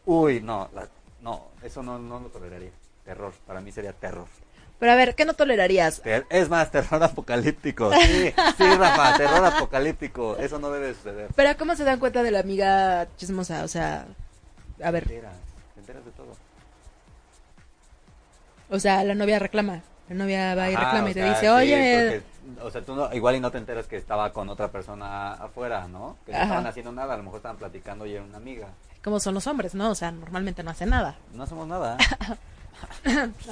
Speaker 3: Uy, no. la- no, eso no, no lo toleraría. Terror. Para mí sería terror.
Speaker 2: Pero a ver, ¿qué no tolerarías?
Speaker 3: Ter- es más, terror apocalíptico. Sí, sí, Rafa, terror apocalíptico. Eso no debe de suceder.
Speaker 2: Pero ¿cómo se dan cuenta de la amiga chismosa? O sea, a
Speaker 3: Te
Speaker 2: ver,
Speaker 3: enteras, te enteras de todo.
Speaker 2: o sea, la novia reclama. La novia va y
Speaker 3: Ajá,
Speaker 2: reclama y
Speaker 3: o
Speaker 2: te
Speaker 3: sea,
Speaker 2: dice,
Speaker 3: sí,
Speaker 2: oye,
Speaker 3: porque, o sea, tú no- igual y no te enteras que estaba con otra persona afuera, ¿no? Que no
Speaker 2: Ajá.
Speaker 3: estaban haciendo nada, a lo mejor estaban platicando y era una amiga.
Speaker 2: como son los hombres, ¿no? O sea, normalmente no hacen nada.
Speaker 3: No hacemos nada, por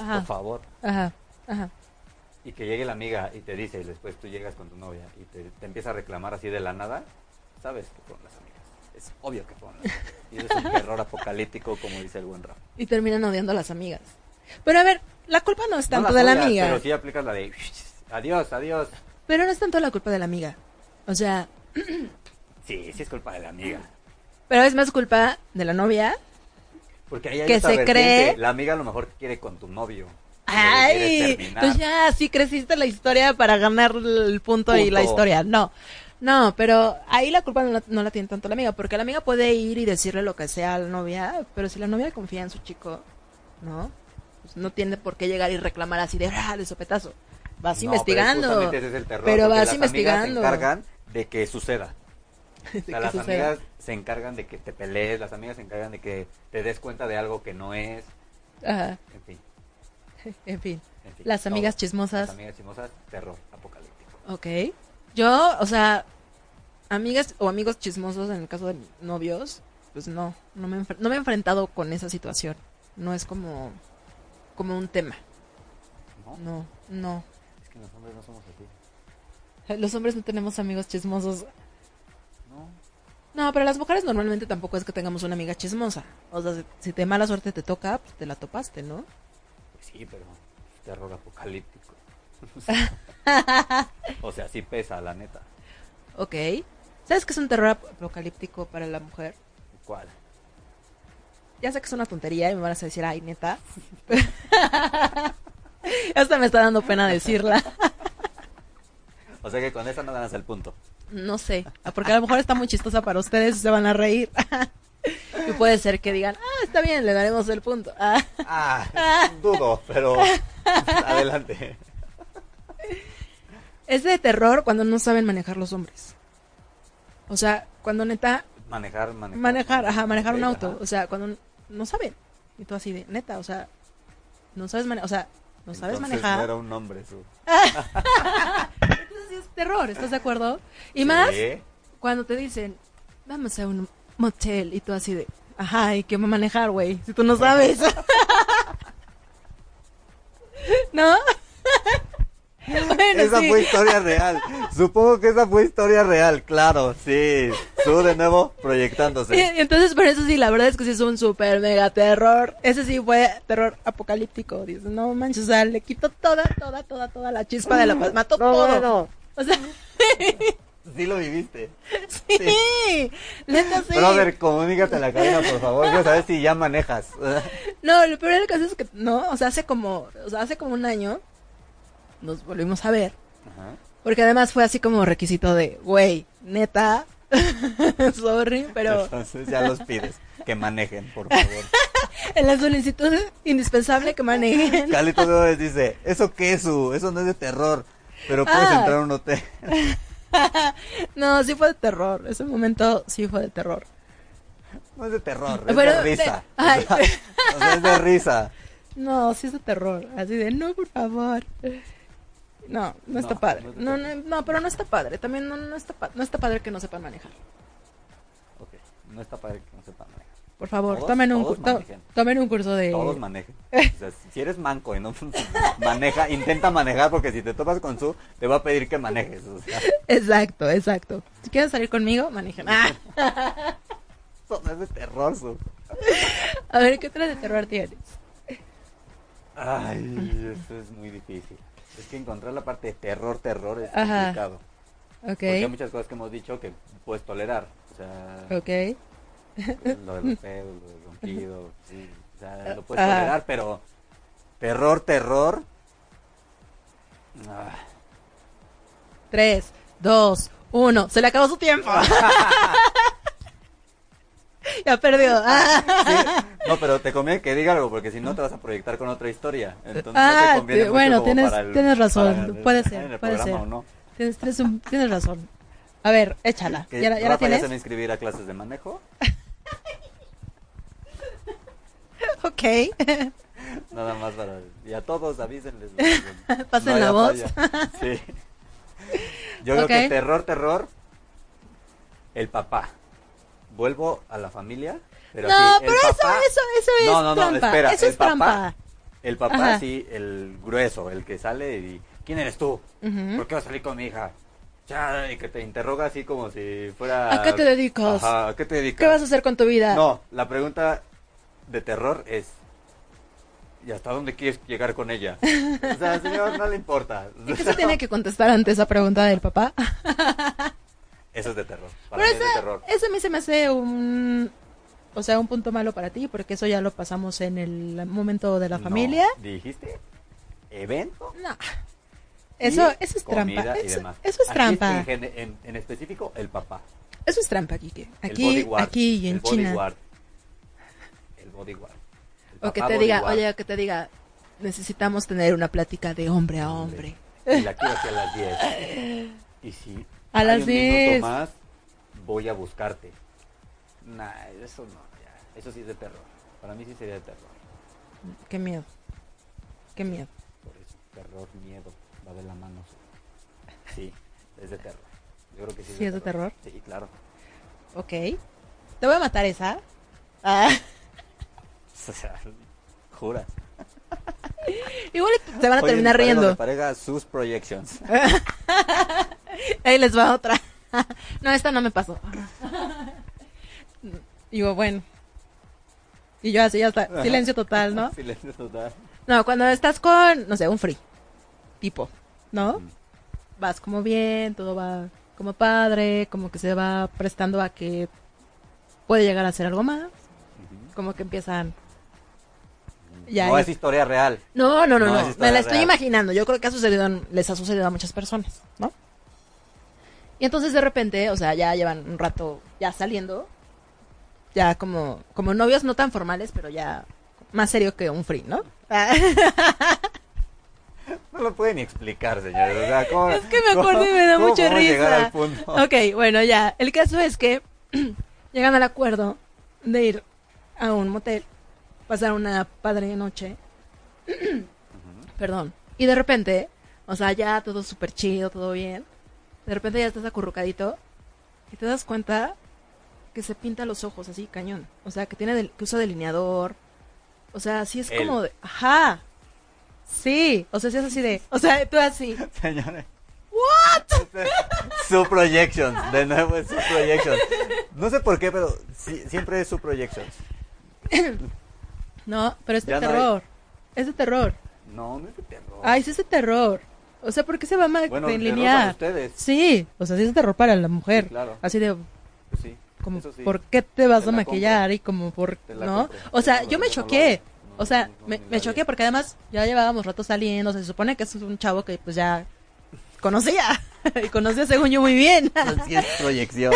Speaker 2: [laughs] Ajá,
Speaker 3: favor.
Speaker 2: ajá, ajá.
Speaker 3: Y que llegue la amiga y te dice, y después tú llegas con tu novia y te, te empieza a reclamar así de la nada, sabes que fueron las amigas. Es obvio que fueron las amigas. Y eso es un terror apocalíptico, como dice el buen Rafa.
Speaker 2: Y terminan odiando a las amigas. Pero a ver, la culpa no es
Speaker 3: No
Speaker 2: tanto de la
Speaker 3: tuya,
Speaker 2: amiga.
Speaker 3: Pero sí aplicas la de adiós, adiós.
Speaker 2: Pero no es tanto la culpa de la amiga. O sea,
Speaker 3: Sí, sí es culpa de la amiga.
Speaker 2: pero es más culpa de la novia.
Speaker 3: Porque ahí hay
Speaker 2: Que
Speaker 3: otra
Speaker 2: se
Speaker 3: vertiente.
Speaker 2: cree.
Speaker 3: La amiga a lo mejor quiere con tu novio.
Speaker 2: ¡Ay! Tú
Speaker 3: Pues
Speaker 2: ya sí creciste la historia para ganar el punto, y la
Speaker 3: Punto.
Speaker 2: historia. No. No, pero ahí la culpa no la, no la tiene tanto la amiga, porque la amiga puede ir y decirle lo que sea a la novia, pero si la novia confía en su chico, ¿no? Pues no tiene por qué llegar y reclamar así de, "Ah, de sopetazo. Vas investigando.
Speaker 3: Pero, justamente ese es el terror,
Speaker 2: Pero
Speaker 3: porque
Speaker 2: vas
Speaker 3: las
Speaker 2: investigando.
Speaker 3: Amigas se encargan de
Speaker 2: [laughs]
Speaker 3: que suceda.
Speaker 2: De
Speaker 3: O sea,
Speaker 2: que
Speaker 3: las
Speaker 2: suceda.
Speaker 3: amigas se encargan de que te pelees, las amigas se encargan de que te des cuenta de algo que no es.
Speaker 2: Ajá,
Speaker 3: En fin.
Speaker 2: en fin.
Speaker 3: en fin,
Speaker 2: Las amigas
Speaker 3: todo.
Speaker 2: chismosas.
Speaker 3: Las amigas chismosas, terror apocalíptico.
Speaker 2: Ok. Yo, o sea, amigas o amigos chismosos en el caso de novios, pues no, no me, enfre- no me he enfrentado con esa situación. No es como, como un tema.
Speaker 3: ¿No?
Speaker 2: No, no.
Speaker 3: Es que los hombres no somos así.
Speaker 2: Los hombres no tenemos amigos chismosos.
Speaker 3: No.
Speaker 2: No, pero las mujeres normalmente tampoco es que tengamos una amiga chismosa. O sea, si, si te mala suerte te toca, pues te la topaste, ¿no?
Speaker 3: Pues sí, pero
Speaker 2: [laughs]
Speaker 3: terror apocalíptico. o sea, sí pesa, la neta.
Speaker 2: Ok. ¿Sabes qué es un terror ap- apocalíptico para la mujer?
Speaker 3: ¿Cuál?
Speaker 2: Ya sé que es una tontería y me van a decir, ay, neta. [laughs] Hasta me está dando pena decirla.
Speaker 3: O sea que con esa no ganas el punto.
Speaker 2: No sé, ah, porque a lo mejor está muy chistosa para ustedes y se van a reír. [laughs] y puede ser que digan, ah, está bien, le daremos el punto. Ah, [laughs]
Speaker 3: Ah, dudo, pero adelante.
Speaker 2: es de terror cuando no saben manejar los hombres. O sea, cuando neta,
Speaker 3: Manejar, manejar.
Speaker 2: manejar, ajá, manejar un
Speaker 3: Ok,
Speaker 2: auto.
Speaker 3: ajá.
Speaker 2: O sea, cuando no saben. Y tú así de, neta, o sea, no sabes manejar, o sea, no sabes
Speaker 3: Entonces,
Speaker 2: manejar.
Speaker 3: No era un nombre su.
Speaker 2: Entonces sí es terror, ¿estás de acuerdo? Y
Speaker 3: Sí.
Speaker 2: más cuando te dicen, vamos a un motel y tú así de, Ajá, ¿y qué va a manejar, güey? Si tú no sabes. [laughs] ¿No? [laughs] bueno,
Speaker 3: esa
Speaker 2: sí. [laughs]
Speaker 3: fue historia real. Supongo que esa fue historia real, claro, sí. Su de nuevo proyectándose.
Speaker 2: Y- y Entonces, por eso sí, la verdad es que sí es un super mega terror. Ese sí fue terror apocalíptico. Dices, no manches, o sea, le quitó toda, toda, toda, toda la chispa de la paz. Mató
Speaker 3: No,
Speaker 2: todo.
Speaker 3: bueno.
Speaker 2: O sea, [laughs]
Speaker 3: Sí lo viviste.
Speaker 2: sí. Neta, sí.
Speaker 3: Brother, comunícate a la cadena, por favor. Quiero saber si ya manejas.
Speaker 2: No, lo peor del caso es que, no, o sea, hace como, o sea, hace como un año nos volvimos a ver.
Speaker 3: Ajá.
Speaker 2: Porque además fue así como requisito de, güey, neta, [laughs] sorry, pero
Speaker 3: Entonces ya los pides que manejen, por favor.
Speaker 2: en la solicitud es indispensable que manejen.
Speaker 3: [laughs] Calito Gómez dice, ¿eso qué es su? Eso no es de terror. Pero puedes
Speaker 2: Ah.
Speaker 3: entrar a un hotel. [laughs]
Speaker 2: No, sí fue de terror, ese momento sí fue de terror.
Speaker 3: No es de terror, es
Speaker 2: Pero,
Speaker 3: de
Speaker 2: de-
Speaker 3: risa.
Speaker 2: ay.
Speaker 3: [laughs] O, sea, o sea, es de risa.
Speaker 2: No, sí es de terror, así de, no, por favor. No, no está
Speaker 3: No,
Speaker 2: padre.
Speaker 3: no es de
Speaker 2: No, no, no, pero no está padre, también no, no, está, pa- no está padre que no sepan manejar.
Speaker 3: Ok, no está padre que no sepan manejar.
Speaker 2: Por favor,
Speaker 3: Todos-
Speaker 2: tomen, un
Speaker 3: todos
Speaker 2: cu- to-
Speaker 3: manejen.
Speaker 2: tomen un curso de...
Speaker 3: Todos manejan. O sea, si eres manco y no [laughs] maneja, intenta manejar porque si te topas con su, te va a pedir que manejes. O sea,
Speaker 2: Exacto, exacto. Si quieren salir conmigo, manejen. Ah,
Speaker 3: eso no es de terror su.
Speaker 2: [laughs] a ver, ¿qué otra de terror tienes?
Speaker 3: Ay, eso es muy difícil. Es que encontrar la parte de terror, terror es
Speaker 2: Ajá.
Speaker 3: complicado.
Speaker 2: Ok,
Speaker 3: Porque hay muchas cosas que hemos dicho que puedes tolerar. O sea,
Speaker 2: ok.
Speaker 3: lo de los pedos, lo del ronquido, sí, o sea, lo puedes
Speaker 2: Ajá.
Speaker 3: tolerar, pero terror, terror. Ah,
Speaker 2: Tres, dos, uno. Se le acabó su tiempo. [laughs] ya perdió. [laughs] Ah,
Speaker 3: No, pero te conviene que diga algo, porque si no te vas a proyectar con otra historia. Entonces no
Speaker 2: Ah,
Speaker 3: te conviene
Speaker 2: te-
Speaker 3: mucho
Speaker 2: bueno,
Speaker 3: como
Speaker 2: tienes-
Speaker 3: para el-
Speaker 2: tienes razón,
Speaker 3: para el-
Speaker 2: puede
Speaker 3: en
Speaker 2: ser,
Speaker 3: el
Speaker 2: puede
Speaker 3: programa
Speaker 2: ser.
Speaker 3: o no.
Speaker 2: tienes, tienes un- tienes razón. A ver, échala.
Speaker 3: Que
Speaker 2: ¿Ya, la- ya la
Speaker 3: Rafa ya
Speaker 2: tienes?
Speaker 3: se me inscribir a clases de manejo.
Speaker 2: Ok.
Speaker 3: Nada más para... Y a todos avísenles. porque
Speaker 2: [laughs] Pasen
Speaker 3: no
Speaker 2: la
Speaker 3: haya
Speaker 2: voz.
Speaker 3: falla. Sí. Yo creo que
Speaker 2: Ok.
Speaker 3: terror, terror, el papá. Vuelvo a la familia, pero
Speaker 2: no,
Speaker 3: así, el
Speaker 2: pero eso,
Speaker 3: papá-
Speaker 2: eso, eso es
Speaker 3: No, no, no,
Speaker 2: trampa.
Speaker 3: espera,
Speaker 2: eso
Speaker 3: el
Speaker 2: es
Speaker 3: papá.
Speaker 2: trampa.
Speaker 3: El papá
Speaker 2: Ajá.
Speaker 3: sí, el grueso, el que sale y... ¿Quién eres tú?
Speaker 2: Ujú.
Speaker 3: ¿Por qué vas a salir con mi hija? Ya, y que te interroga así como si fuera...
Speaker 2: ¿A qué te dedicas?
Speaker 3: Ajá, ¿a qué te dedicas?
Speaker 2: ¿Qué vas a hacer con tu vida?
Speaker 3: No, la pregunta de terror es... ¿Y hasta dónde quieres llegar
Speaker 2: [laughs]
Speaker 3: con ella? O sea, al señor, no le importa.
Speaker 2: ¿Y qué se
Speaker 3: [laughs]
Speaker 2: tiene que contestar ante esa pregunta del papá?
Speaker 3: Eso es de terror. Para
Speaker 2: Pero
Speaker 3: mí es de
Speaker 2: ese,
Speaker 3: terror.
Speaker 2: ese a mí se me hace un... O sea, un punto malo para ti, porque eso ya lo pasamos en el momento de la
Speaker 3: No,
Speaker 2: familia.
Speaker 3: ¿Dijiste? ¿Evento?
Speaker 2: No. Eso,
Speaker 3: y
Speaker 2: eso es
Speaker 3: comida
Speaker 2: trampa.
Speaker 3: y
Speaker 2: Eso,
Speaker 3: demás.
Speaker 2: eso es
Speaker 3: Aquí,
Speaker 2: trampa.
Speaker 3: en gen- en- en específico, el papá.
Speaker 2: Eso es trampa, Kike.
Speaker 3: El
Speaker 2: Aquí,
Speaker 3: bodyguard,
Speaker 2: aquí y
Speaker 3: el
Speaker 2: en China.
Speaker 3: bodyguard. El bodyguard. El
Speaker 2: O que
Speaker 3: papá
Speaker 2: te diga,
Speaker 3: bodyguard.
Speaker 2: oye, o que te diga, necesitamos tener una plática de hombre a hombre.
Speaker 3: Y la quiero hacia las 10. Y si
Speaker 2: A
Speaker 3: hay
Speaker 2: las
Speaker 3: un minuto
Speaker 2: 10.
Speaker 3: más, voy a buscarte. Nah, eso no, ya. Eso sí es de terror. Para mí sí sería de terror.
Speaker 2: Qué miedo. Qué miedo.
Speaker 3: Por eso, terror, miedo, va de la mano. Sí, es de terror. Yo creo que sí.
Speaker 2: ¿Sí es de
Speaker 3: Sí, claro. [laughs]
Speaker 2: Ok. Te voy a matar esa. Ah, [laughs]
Speaker 3: O sea, juras.
Speaker 2: igual se van a
Speaker 3: Oye,
Speaker 2: terminar
Speaker 3: disparemos de
Speaker 2: riendo.
Speaker 3: pareja sus projections.
Speaker 2: Ahí les va otra. [laughs] No, esta no me pasó. [laughs] Digo, bueno. Y yo así, ya está. [laughs] Silencio total, ¿no?
Speaker 3: [laughs] Silencio total.
Speaker 2: No, cuando estás con, no sé, un free. Tipo, ¿no?
Speaker 3: Ujú.
Speaker 2: Vas como bien, todo va como padre, como que se va prestando a que puede llegar a hacer algo más.
Speaker 3: Ujú.
Speaker 2: Como que empiezan. Ya,
Speaker 3: no
Speaker 2: ya.
Speaker 3: es historia real.
Speaker 2: No, no, no,
Speaker 3: No,
Speaker 2: no.
Speaker 3: es historia
Speaker 2: Me la estoy
Speaker 3: real.
Speaker 2: imaginando. Yo creo que ha sucedido, en- les ha sucedido a muchas personas, ¿no? Y entonces de repente, o sea, ya llevan un rato ya saliendo, ya como, como novios no tan formales, pero ya más serio que un free, ¿no? Ah.
Speaker 3: No lo puede ni explicar, señores. O sea, ¿cómo-
Speaker 2: Es que me
Speaker 3: cómo-
Speaker 2: acuerdo y me da
Speaker 3: cómo
Speaker 2: mucha
Speaker 3: podemos llegar
Speaker 2: risa.
Speaker 3: al punto?
Speaker 2: Ok, bueno, ya. El caso es que [clears throat] llegan al acuerdo de ir a un motel, pasar una padre noche. [clears throat] Perdón. Y de repente, o sea, ya todo súper chido, todo bien. De repente ya estás acurrucadito y te das cuenta que se pinta los ojos así, cañón. O sea, que tiene del- que usa delineador. O sea, sí es
Speaker 3: Él.
Speaker 2: como de, ajá. Sí, o sea, sí es así de, o sea, tú así.
Speaker 3: [laughs] Señores. ¿What? [laughs] Su projections. De nuevo es su projections. No sé por qué, pero sí- siempre es su projections.
Speaker 2: No, pero es de
Speaker 3: Ya no hay.
Speaker 2: terror. Es de terror.
Speaker 3: No, no es de terror.
Speaker 2: Ay, sí es de terror. O sea, ¿por qué se va a
Speaker 3: bueno, terror para
Speaker 2: delinear?
Speaker 3: ustedes.
Speaker 2: Sí, o sea, sí es de terror para la mujer.
Speaker 3: Sí, claro.
Speaker 2: Así de,
Speaker 3: Pues sí,
Speaker 2: como,
Speaker 3: eso sí.
Speaker 2: ¿por qué te vas
Speaker 3: Te
Speaker 2: a
Speaker 3: la
Speaker 2: maquillar? Y como, ¿por
Speaker 3: Te la
Speaker 2: no?
Speaker 3: compro.
Speaker 2: O sea,
Speaker 3: No,
Speaker 2: yo me
Speaker 3: no lo
Speaker 2: choqué.
Speaker 3: hagas. No,
Speaker 2: O sea,
Speaker 3: no, no,
Speaker 2: me,
Speaker 3: ni
Speaker 2: me
Speaker 3: nadie.
Speaker 2: choqué porque además ya llevábamos rato saliendo. Se supone que es un chavo que pues ya conocía. [laughs] y conocía según yo muy bien. [laughs]
Speaker 3: No, Sí es proyección.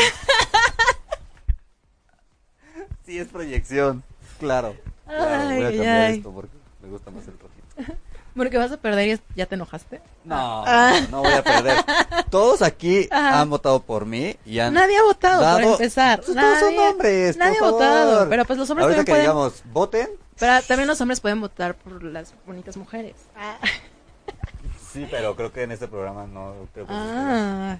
Speaker 3: sí es proyección. Claro. claro, voy a
Speaker 2: Ay,
Speaker 3: cambiar
Speaker 2: ay.
Speaker 3: esto porque me gusta más el rojito.
Speaker 2: Porque vas a perder y es- ya te enojaste.
Speaker 3: No,
Speaker 2: Ah.
Speaker 3: no voy
Speaker 2: [laughs]
Speaker 3: a perder. Todos aquí
Speaker 2: Ajá.
Speaker 3: han votado por mí y han
Speaker 2: Nadie ha votado, para
Speaker 3: dado-
Speaker 2: empezar.
Speaker 3: Pues todos
Speaker 2: nadie,
Speaker 3: son hombres. por
Speaker 2: nadie ha
Speaker 3: favor.
Speaker 2: votado. Pero pues los hombres
Speaker 3: Ahorita
Speaker 2: también
Speaker 3: que
Speaker 2: pueden.
Speaker 3: digamos, voten.
Speaker 2: Pero también los hombres pueden votar por las bonitas mujeres. Ah.
Speaker 3: Sí, pero creo que en este programa no creo que se escriba.
Speaker 2: Ah.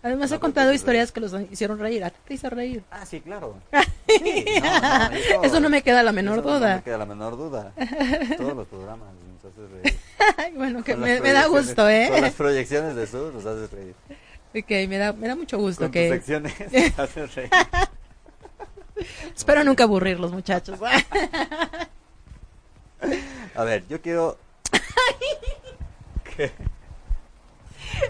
Speaker 2: Además
Speaker 3: No
Speaker 2: he contado
Speaker 3: creo que
Speaker 2: historias que los hicieron reír. A ti te hizo
Speaker 3: [laughs]
Speaker 2: reír.
Speaker 3: Ah,
Speaker 2: [laughs]
Speaker 3: sí, claro. Sí, no, no, eso,
Speaker 2: Eso no me queda la
Speaker 3: eso
Speaker 2: menor
Speaker 3: no- No
Speaker 2: duda.
Speaker 3: me queda la
Speaker 2: [laughs]
Speaker 3: menor duda. Todos los programas nos haces reír.
Speaker 2: Ay, bueno, [laughs] que
Speaker 3: Con
Speaker 2: me,
Speaker 3: las
Speaker 2: me da
Speaker 3: proyecciones-
Speaker 2: gusto,
Speaker 3: Con
Speaker 2: ¿eh?
Speaker 3: las proyecciones de sur nos haces reír.
Speaker 2: [laughs] Ok, me da, me da mucho gusto.
Speaker 3: Con
Speaker 2: que
Speaker 3: tus secciones [laughs] nos
Speaker 2: [laughs]
Speaker 3: haces reír.
Speaker 2: Espero nunca aburrir los muchachos. [laughs]
Speaker 3: A ver, yo quiero. ¿Qué?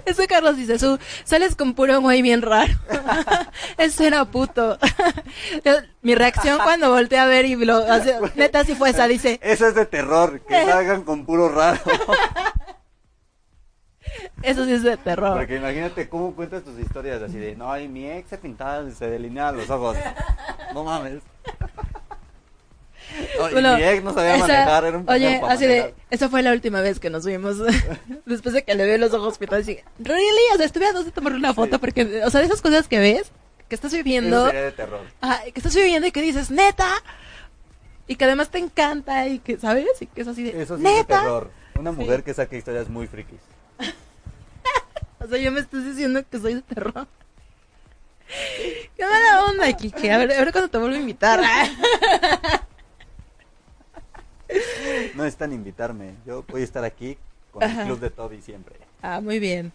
Speaker 2: Eso Carlos dice, su, sales con puro güey bien raro. [laughs] Eso era puto. [laughs] Mi reacción cuando volteé a ver y lo,
Speaker 3: [laughs]
Speaker 2: así- neta si fue esa, dice,
Speaker 3: Eso es de terror,
Speaker 2: [laughs]
Speaker 3: que salgan con puro raro.
Speaker 2: eso sí es de terror.
Speaker 3: Porque imagínate cómo cuentas tus historias así de, no, y mi ex se pintaba, se delineaba los ojos. No mames. No, y
Speaker 2: Bueno,
Speaker 3: mi ex no sabía
Speaker 2: esa-
Speaker 3: manejar, era un pendejo
Speaker 2: Oye,
Speaker 3: para
Speaker 2: así de,
Speaker 3: manejar.
Speaker 2: esa fue la última vez que nos vimos. [laughs] Después de que le veo los ojos pintados, dije, ¿really? O sea, estuve a dos de tomarle una foto
Speaker 3: Sí.
Speaker 2: porque, o sea, de esas cosas que ves, que estás
Speaker 3: Eso
Speaker 2: viviendo,
Speaker 3: sería de terror.
Speaker 2: ajá, que estás viviendo y que dices, neta, y que además te encanta y que, ¿sabes? Y que es así de,
Speaker 3: Eso sí es de
Speaker 2: neta.
Speaker 3: terror. Una mujer que saca historias muy frikis.
Speaker 2: O sea, yo me estás diciendo que soy de terror. [laughs] Qué mala onda, Kike. A ver, a ver cuando te vuelvo a
Speaker 3: [laughs]
Speaker 2: invitar.
Speaker 3: No necesitan invitarme. Yo voy a estar aquí con el
Speaker 2: Ajá.
Speaker 3: club de Toby siempre.
Speaker 2: Ah, muy bien.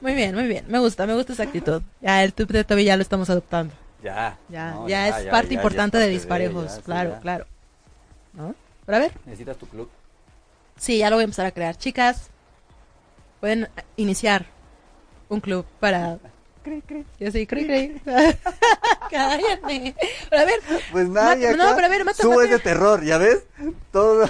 Speaker 2: Muy bien, muy bien. Me gusta, me gusta esa actitud. Ya, el tube de Toby ya lo estamos adoptando.
Speaker 3: Ya.
Speaker 2: Ya,
Speaker 3: no,
Speaker 2: ya, es
Speaker 3: ya,
Speaker 2: parte
Speaker 3: ya, ya
Speaker 2: importante
Speaker 3: es
Speaker 2: de
Speaker 3: parte
Speaker 2: disparejos,
Speaker 3: ya, sí,
Speaker 2: claro,
Speaker 3: ya.
Speaker 2: claro. ¿No? Pero a ver,
Speaker 3: Necesitas tu club.
Speaker 2: sí, ya lo voy a empezar a crear. Chicas, pueden eh, iniciar un club para... Yo sí, [laughs] cri, [laughs] cri. Cállate. Pero a ver,
Speaker 3: Pues nadie.
Speaker 2: Mata- no,
Speaker 3: acá
Speaker 2: pero a ver, mata,
Speaker 3: Su
Speaker 2: mata.
Speaker 3: es de terror, ¿ya ves?
Speaker 2: [laughs]
Speaker 3: Todo.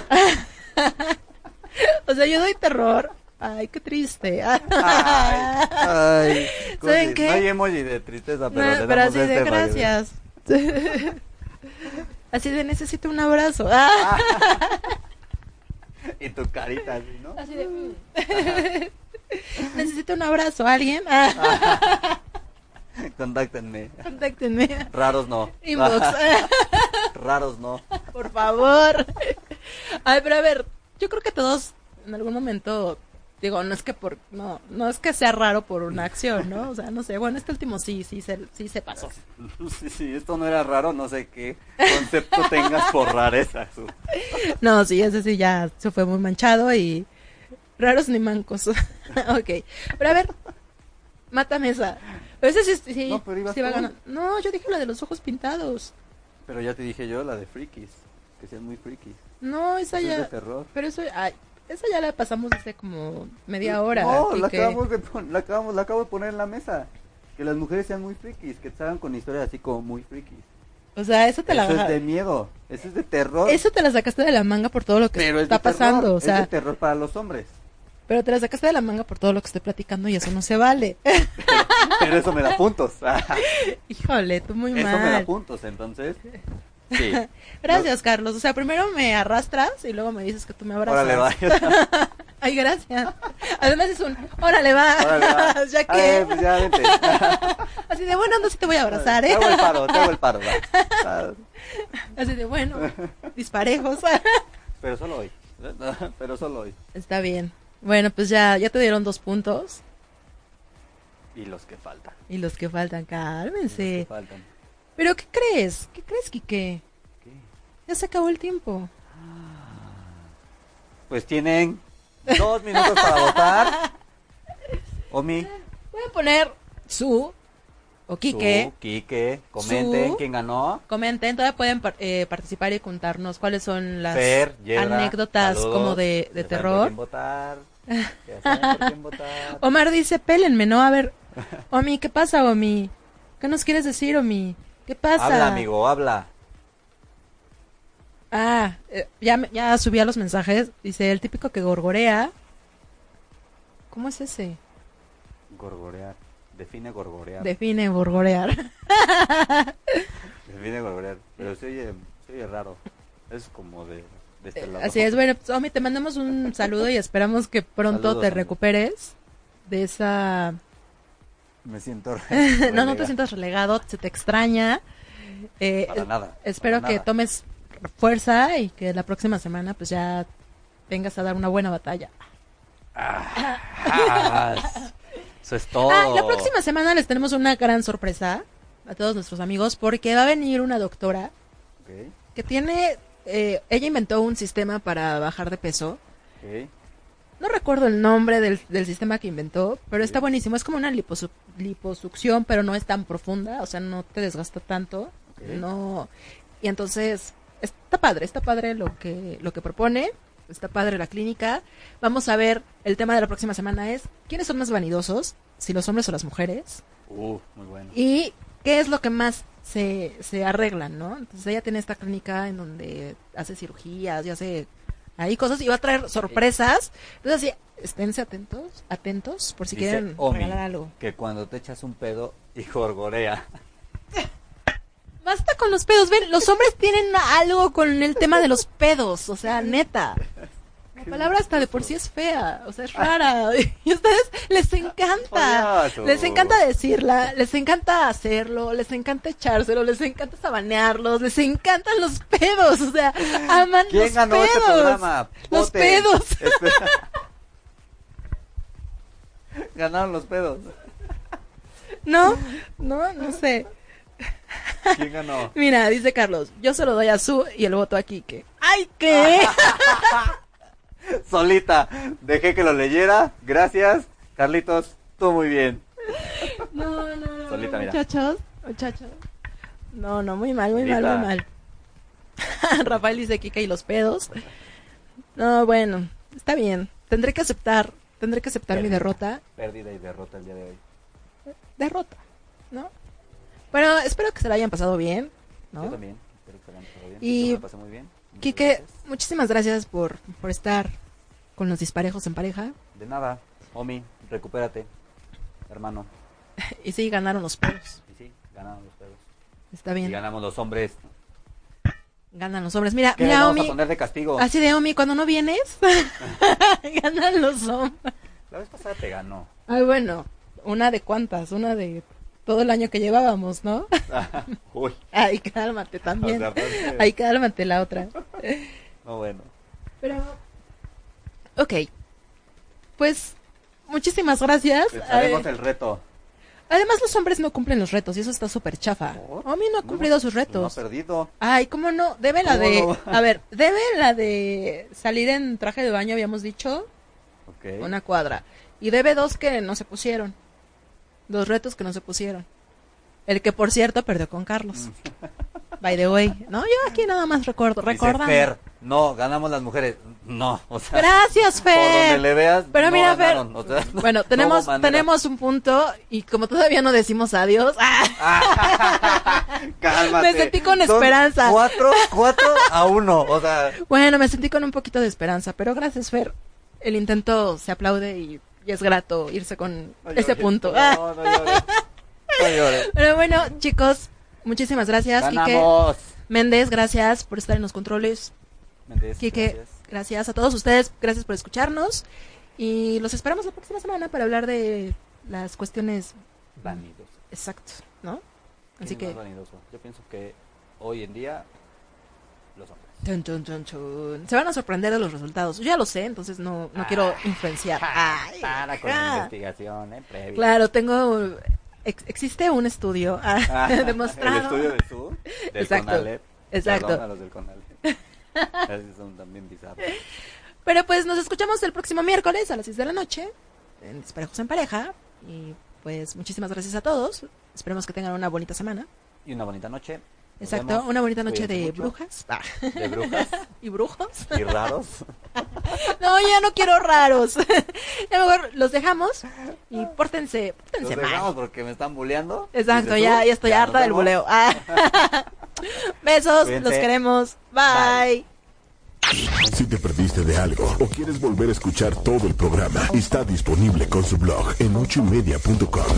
Speaker 2: o sea, yo doy terror. Ay, qué triste. [laughs]
Speaker 3: Ay, ay.
Speaker 2: ¿Saben
Speaker 3: Cosi,
Speaker 2: qué?
Speaker 3: No hay emoji de tristeza, pero
Speaker 2: No,
Speaker 3: le
Speaker 2: pero
Speaker 3: damos
Speaker 2: así de
Speaker 3: este para que-
Speaker 2: gracias. así de necesito un abrazo. Ah,
Speaker 3: [laughs] Y tu carita así, ¿no?
Speaker 2: así de, mm. [laughs] necesito un abrazo. ¿Alguien? Ah,
Speaker 3: Contáctenme.
Speaker 2: contáctenme.
Speaker 3: Raros no.
Speaker 2: [laughs] Inbox. Ah,
Speaker 3: [laughs] Raros no.
Speaker 2: [laughs]
Speaker 3: [laughs]
Speaker 2: por favor. Ay, pero a ver, yo creo que todos en algún momento, digo, no es que por, no, no es que sea raro por una acción, ¿no? O sea, no sé, bueno, este último sí, sí se, sí se pasó.
Speaker 3: Sí, sí, esto no era raro, no sé qué concepto
Speaker 2: [laughs]
Speaker 3: tengas por rareza. Su.
Speaker 2: No, sí, ese sí ya se fue muy manchado y raros ni mancos. [laughs] ok, pero a ver, mátame esa. Pero ese sí, sí,
Speaker 3: No, pero ibas
Speaker 2: sí va
Speaker 3: tú.
Speaker 2: ganando. No, yo dije la de los ojos pintados.
Speaker 3: Pero ya te dije yo, la de frikis. Que sean muy frikis.
Speaker 2: No, esa
Speaker 3: Eso es de
Speaker 2: ya...
Speaker 3: terror.
Speaker 2: Pero eso, ay, esa ya la pasamos hace como media hora.
Speaker 3: No,
Speaker 2: y
Speaker 3: la,
Speaker 2: que-
Speaker 3: acabamos de pon- la, acabamos, la acabo de poner en la mesa. Que las mujeres sean muy frikis, que salgan con historias así como muy frikis.
Speaker 2: O sea, eso te la
Speaker 3: Eso es
Speaker 2: baja-
Speaker 3: de miedo, eso es de terror.
Speaker 2: Eso te la sacaste de la manga por todo lo que
Speaker 3: pero es
Speaker 2: está
Speaker 3: de terror,
Speaker 2: pasando, o
Speaker 3: es
Speaker 2: sea,
Speaker 3: de terror para los hombres.
Speaker 2: pero te la sacaste de la manga por todo lo que estoy platicando y eso no se vale. [laughs]
Speaker 3: Pero eso me da puntos. [laughs] eso
Speaker 2: Híjole, tú muy
Speaker 3: me da
Speaker 2: mal.
Speaker 3: puntos, entonces.
Speaker 2: [laughs]
Speaker 3: Sí.
Speaker 2: Gracias, Carlos. O sea, primero me arrastras y luego me dices que tú me abrazas.
Speaker 3: Órale, va. [laughs]
Speaker 2: Ay, gracias. Además es un, órale, va.
Speaker 3: Órale,
Speaker 2: [laughs]
Speaker 3: va.
Speaker 2: ya
Speaker 3: A ver,
Speaker 2: que,
Speaker 3: pues
Speaker 2: [laughs]
Speaker 3: ya vente.
Speaker 2: así de, bueno, no, sí te voy a abrazar,
Speaker 3: Te
Speaker 2: ¿eh?
Speaker 3: hago el paro, te hago el paro. va.
Speaker 2: [laughs]
Speaker 3: Ah,
Speaker 2: Así de,
Speaker 3: [laughs]
Speaker 2: bueno, disparejos. [laughs]
Speaker 3: Pero solo hoy. [laughs] Pero solo hoy.
Speaker 2: Está bien. Bueno, pues ya, ya te dieron dos puntos.
Speaker 3: Y los que faltan.
Speaker 2: Y los que faltan,
Speaker 3: los que
Speaker 2: cálmense.
Speaker 3: faltan.
Speaker 2: ¿Pero qué crees? ¿Qué crees, Quique? Ya se acabó el tiempo.
Speaker 3: Pues tienen dos minutos para votar. Omi,
Speaker 2: Pueden poner su o Quique.
Speaker 3: tú, Quique, comenten
Speaker 2: Su.
Speaker 3: quién ganó.
Speaker 2: Comenten, todavía pueden par- eh, participar y contarnos cuáles son las
Speaker 3: Fer, Yedra,
Speaker 2: anécdotas
Speaker 3: saludos.
Speaker 2: como de, de
Speaker 3: Ya saben por
Speaker 2: terror.
Speaker 3: quién votar. Ya saben por
Speaker 2: [laughs]
Speaker 3: quién votar.
Speaker 2: Omar dice, pélenme, ¿no? A
Speaker 3: [laughs]
Speaker 2: ver, Omi, ¿qué pasa, Omi? ¿Qué nos quieres decir, Omi? ¿Qué pasa?
Speaker 3: Habla, amigo, habla.
Speaker 2: Ah, eh, ya, me- ya subía los mensajes. Dice, el típico que gorgorea. ¿Cómo es ese?
Speaker 3: Gorgorear. Define gorgorear.
Speaker 2: Define gorgorear.
Speaker 3: Define gorgorear. Pero se oye, se oye raro. Es como de, de este lado.
Speaker 2: Así es, bueno, pues, Omi, te mandamos
Speaker 3: [laughs]
Speaker 2: un saludo y esperamos que pronto
Speaker 3: Saludos,
Speaker 2: te
Speaker 3: Omi.
Speaker 2: recuperes de esa...
Speaker 3: Me siento re-
Speaker 2: [laughs] no, no te
Speaker 3: relega.
Speaker 2: sientas relegado, se te extraña. Eh,
Speaker 3: Para nada.
Speaker 2: Espero
Speaker 3: para
Speaker 2: que
Speaker 3: nada.
Speaker 2: tomes fuerza y que la próxima semana pues ya vengas a dar una buena batalla.
Speaker 3: Ah, Eso es todo.
Speaker 2: Ah, y la próxima semana les tenemos una gran sorpresa a todos nuestros amigos porque va a venir una doctora
Speaker 3: Ok,
Speaker 2: que tiene, eh, ella inventó un sistema para bajar de peso.
Speaker 3: ok.
Speaker 2: No recuerdo el nombre del, del sistema que inventó, pero está buenísimo. Es como una liposu- liposucción, pero no es tan profunda, o sea, no te desgasta tanto.
Speaker 3: Ok.
Speaker 2: No. Y entonces, está padre, está padre lo que, lo que propone, está padre la clínica. Vamos a ver, el tema de la próxima semana es, ¿quiénes son más vanidosos? Si los hombres o las mujeres.
Speaker 3: Uh, muy bueno.
Speaker 2: ¿Y qué es lo que más se, se arreglan, no? Entonces ella tiene esta clínica en donde hace cirugías y hace ahí cosas y va a traer sorpresas. Entonces así, esténse atentos, atentos, por si
Speaker 3: Dice
Speaker 2: quieren
Speaker 3: Omi
Speaker 2: regalar algo.
Speaker 3: Que cuando te echas un pedo y
Speaker 2: [laughs]
Speaker 3: gorgorea.
Speaker 2: Basta con los pedos, ven, los hombres tienen algo con el tema de los pedos, o sea, neta. La palabra hasta de por sí es fea, o sea, es rara. [laughs] Y a ustedes les encanta.
Speaker 3: Odioso.
Speaker 2: Ah, Les encanta decirla, les encanta hacerlo, les encanta echárselo, les encanta sabanearlos, les encantan los pedos, o
Speaker 3: [laughs]
Speaker 2: sea, aman
Speaker 3: ¿Quién
Speaker 2: los
Speaker 3: ganó
Speaker 2: pedos.
Speaker 3: este programa? Este,
Speaker 2: Los
Speaker 3: Voten.
Speaker 2: pedos.
Speaker 3: Espera. [laughs] Ganaron los pedos. [laughs]
Speaker 2: No, no, no sé.
Speaker 3: ¿Quién ganó?
Speaker 2: Mira, dice Carlos, yo se lo doy a Su y el voto a Quique. ¡Ay,
Speaker 3: [laughs]
Speaker 2: qué! [laughs]
Speaker 3: Solita. Dejé que lo leyera. Gracias. Carlitos, tú muy bien.
Speaker 2: No, no, no,
Speaker 3: Solita,
Speaker 2: no,
Speaker 3: mira.
Speaker 2: muchachos, muchachos. No, no, muy mal, muy mal,
Speaker 3: Solita.
Speaker 2: muy mal. [laughs] Rafael dice Kika y los pedos. No, bueno, está bien. Tendré que aceptar, tendré que aceptar mi
Speaker 3: Perdí.
Speaker 2: derrota.
Speaker 3: Pérdida y derrota el día de hoy.
Speaker 2: Derrota, ¿no? Bueno, espero que se la hayan pasado bien,
Speaker 3: Yo
Speaker 2: ¿no?
Speaker 3: también. Espero que lo hayan pasado bien.
Speaker 2: Y-
Speaker 3: Yo me la pasé muy bien. Muchas
Speaker 2: Kike,
Speaker 3: gracias.
Speaker 2: muchísimas gracias por, por estar con los disparejos en pareja. [laughs]
Speaker 3: De nada. Omi, recupérate. Hermano.
Speaker 2: Y sí, ganaron los pedos.
Speaker 3: Y sí, ganaron los pedos.
Speaker 2: Está
Speaker 3: Y
Speaker 2: bien.
Speaker 3: ganamos los hombres.
Speaker 2: Ganan los hombres. Mira,
Speaker 3: ¿Qué le
Speaker 2: mira,
Speaker 3: vamos a
Speaker 2: Omi.
Speaker 3: poner de castigo?
Speaker 2: Así de Omi, cuando no vienes, [laughs] ganan los hombres.
Speaker 3: La vez pasada te ganó.
Speaker 2: Ay, bueno, una de cuántas, una de todo el año que llevábamos, ¿no? [laughs]
Speaker 3: Uy.
Speaker 2: Ay, cálmate
Speaker 3: O
Speaker 2: también.
Speaker 3: sea, pues,
Speaker 2: Ay, cálmate la otra.
Speaker 3: No, bueno.
Speaker 2: Pero, ok. Pues, muchísimas gracias.
Speaker 3: Haremos
Speaker 2: Ay,
Speaker 3: el reto.
Speaker 2: Además, los hombres no cumplen los retos y eso está súper chafa.
Speaker 3: ¿Por?
Speaker 2: A mí no ha cumplido
Speaker 3: hemos-
Speaker 2: sus
Speaker 3: No
Speaker 2: retos.
Speaker 3: ha perdido.
Speaker 2: Ay, ¿cómo no? Debe la
Speaker 3: ¿Cómo
Speaker 2: de...
Speaker 3: no?
Speaker 2: A ver, debe la de salir en traje de baño, habíamos dicho.
Speaker 3: Ok.
Speaker 2: una cuadra. Y debe dos que no se pusieron. Dos retos que no se pusieron. El que, por cierto, perdió con Carlos. By the way. No, yo aquí nada más recuerdo.
Speaker 3: Mm. Dice
Speaker 2: Recuerdan.
Speaker 3: Fer, no, ganamos las mujeres. No, o sea.
Speaker 2: Gracias,
Speaker 3: Por donde
Speaker 2: Fer.
Speaker 3: le veas.
Speaker 2: Pero
Speaker 3: no
Speaker 2: mira,
Speaker 3: ganaron,
Speaker 2: Fer.
Speaker 3: o [laughs] sea, no-
Speaker 2: bueno,
Speaker 3: no
Speaker 2: tenemos,
Speaker 3: hubo manera.
Speaker 2: tenemos un punto y como todavía no decimos adiós, [laughs] ¡ah!
Speaker 3: Cálmate.
Speaker 2: Me sentí con
Speaker 3: Son
Speaker 2: esperanza.
Speaker 3: Cuatro, cuatro a uno. O
Speaker 2: [laughs]
Speaker 3: sea,
Speaker 2: bueno, me sentí con un poquito de esperanza, pero gracias, Fer. El intento se aplaude y, y es grato irse con
Speaker 3: no
Speaker 2: ese
Speaker 3: llores.
Speaker 2: punto. Ah,
Speaker 3: No, no llores. No llores.
Speaker 2: [laughs] Pero bueno, chicos, muchísimas gracias. Quique.
Speaker 3: Ganamos.
Speaker 2: Méndez, gracias por estar en los controles.
Speaker 3: Méndez,
Speaker 2: Quique, gracias.
Speaker 3: gracias.
Speaker 2: a todos ustedes, gracias por escucharnos. Y los esperamos la próxima semana para hablar de las cuestiones
Speaker 3: Vanidoso.
Speaker 2: exacto, ¿no?
Speaker 3: ¿Quién
Speaker 2: Así
Speaker 3: es
Speaker 2: que.
Speaker 3: más vanidoso? Yo pienso que hoy en día los hombres.
Speaker 2: Tun, tun, tun, tun. Se van a sorprender de los resultados. Yo ya lo sé, entonces no,
Speaker 3: Ah. [laughs]
Speaker 2: no quiero influenciar. Ay, ah.
Speaker 3: Para con la
Speaker 2: ajá.
Speaker 3: investigación, eh, previa.
Speaker 2: claro, tengo ex- existe un estudio [laughs] ah, demostrado.
Speaker 3: [laughs] El estudio de su, del
Speaker 2: Exacto,
Speaker 3: Conalep.
Speaker 2: exacto.
Speaker 3: Perdón a los del Conalep. Esos son también bizarros.
Speaker 2: Pero pues nos escuchamos el próximo miércoles a las 6 de la noche en Disparejos en Pareja. Y pues muchísimas gracias a todos. Esperemos que tengan una bonita semana.
Speaker 3: Y una bonita noche. Nos
Speaker 2: Exacto,
Speaker 3: vemos.
Speaker 2: una bonita noche
Speaker 3: Cuídense
Speaker 2: de
Speaker 3: mucho.
Speaker 2: brujas [laughs] Ah,
Speaker 3: De brujas
Speaker 2: y brujos. [laughs]
Speaker 3: y raros.
Speaker 2: No, yo ya no quiero raros. [laughs] Ya mejor los dejamos y pórtense,
Speaker 3: Los
Speaker 2: pórtense mal.
Speaker 3: dejamos porque me están buleando.
Speaker 2: Exacto,
Speaker 3: Dices tú,
Speaker 2: ya, ya estoy
Speaker 3: nos
Speaker 2: harta del
Speaker 3: vemos.
Speaker 2: buleo.
Speaker 3: [laughs]
Speaker 2: Ah. Besos, los
Speaker 3: Cuídense.
Speaker 2: queremos. Bye.
Speaker 3: Bye.
Speaker 1: Si te perdiste de algo o quieres volver a escuchar todo el programa, está disponible con su blog en ochoymedia.com.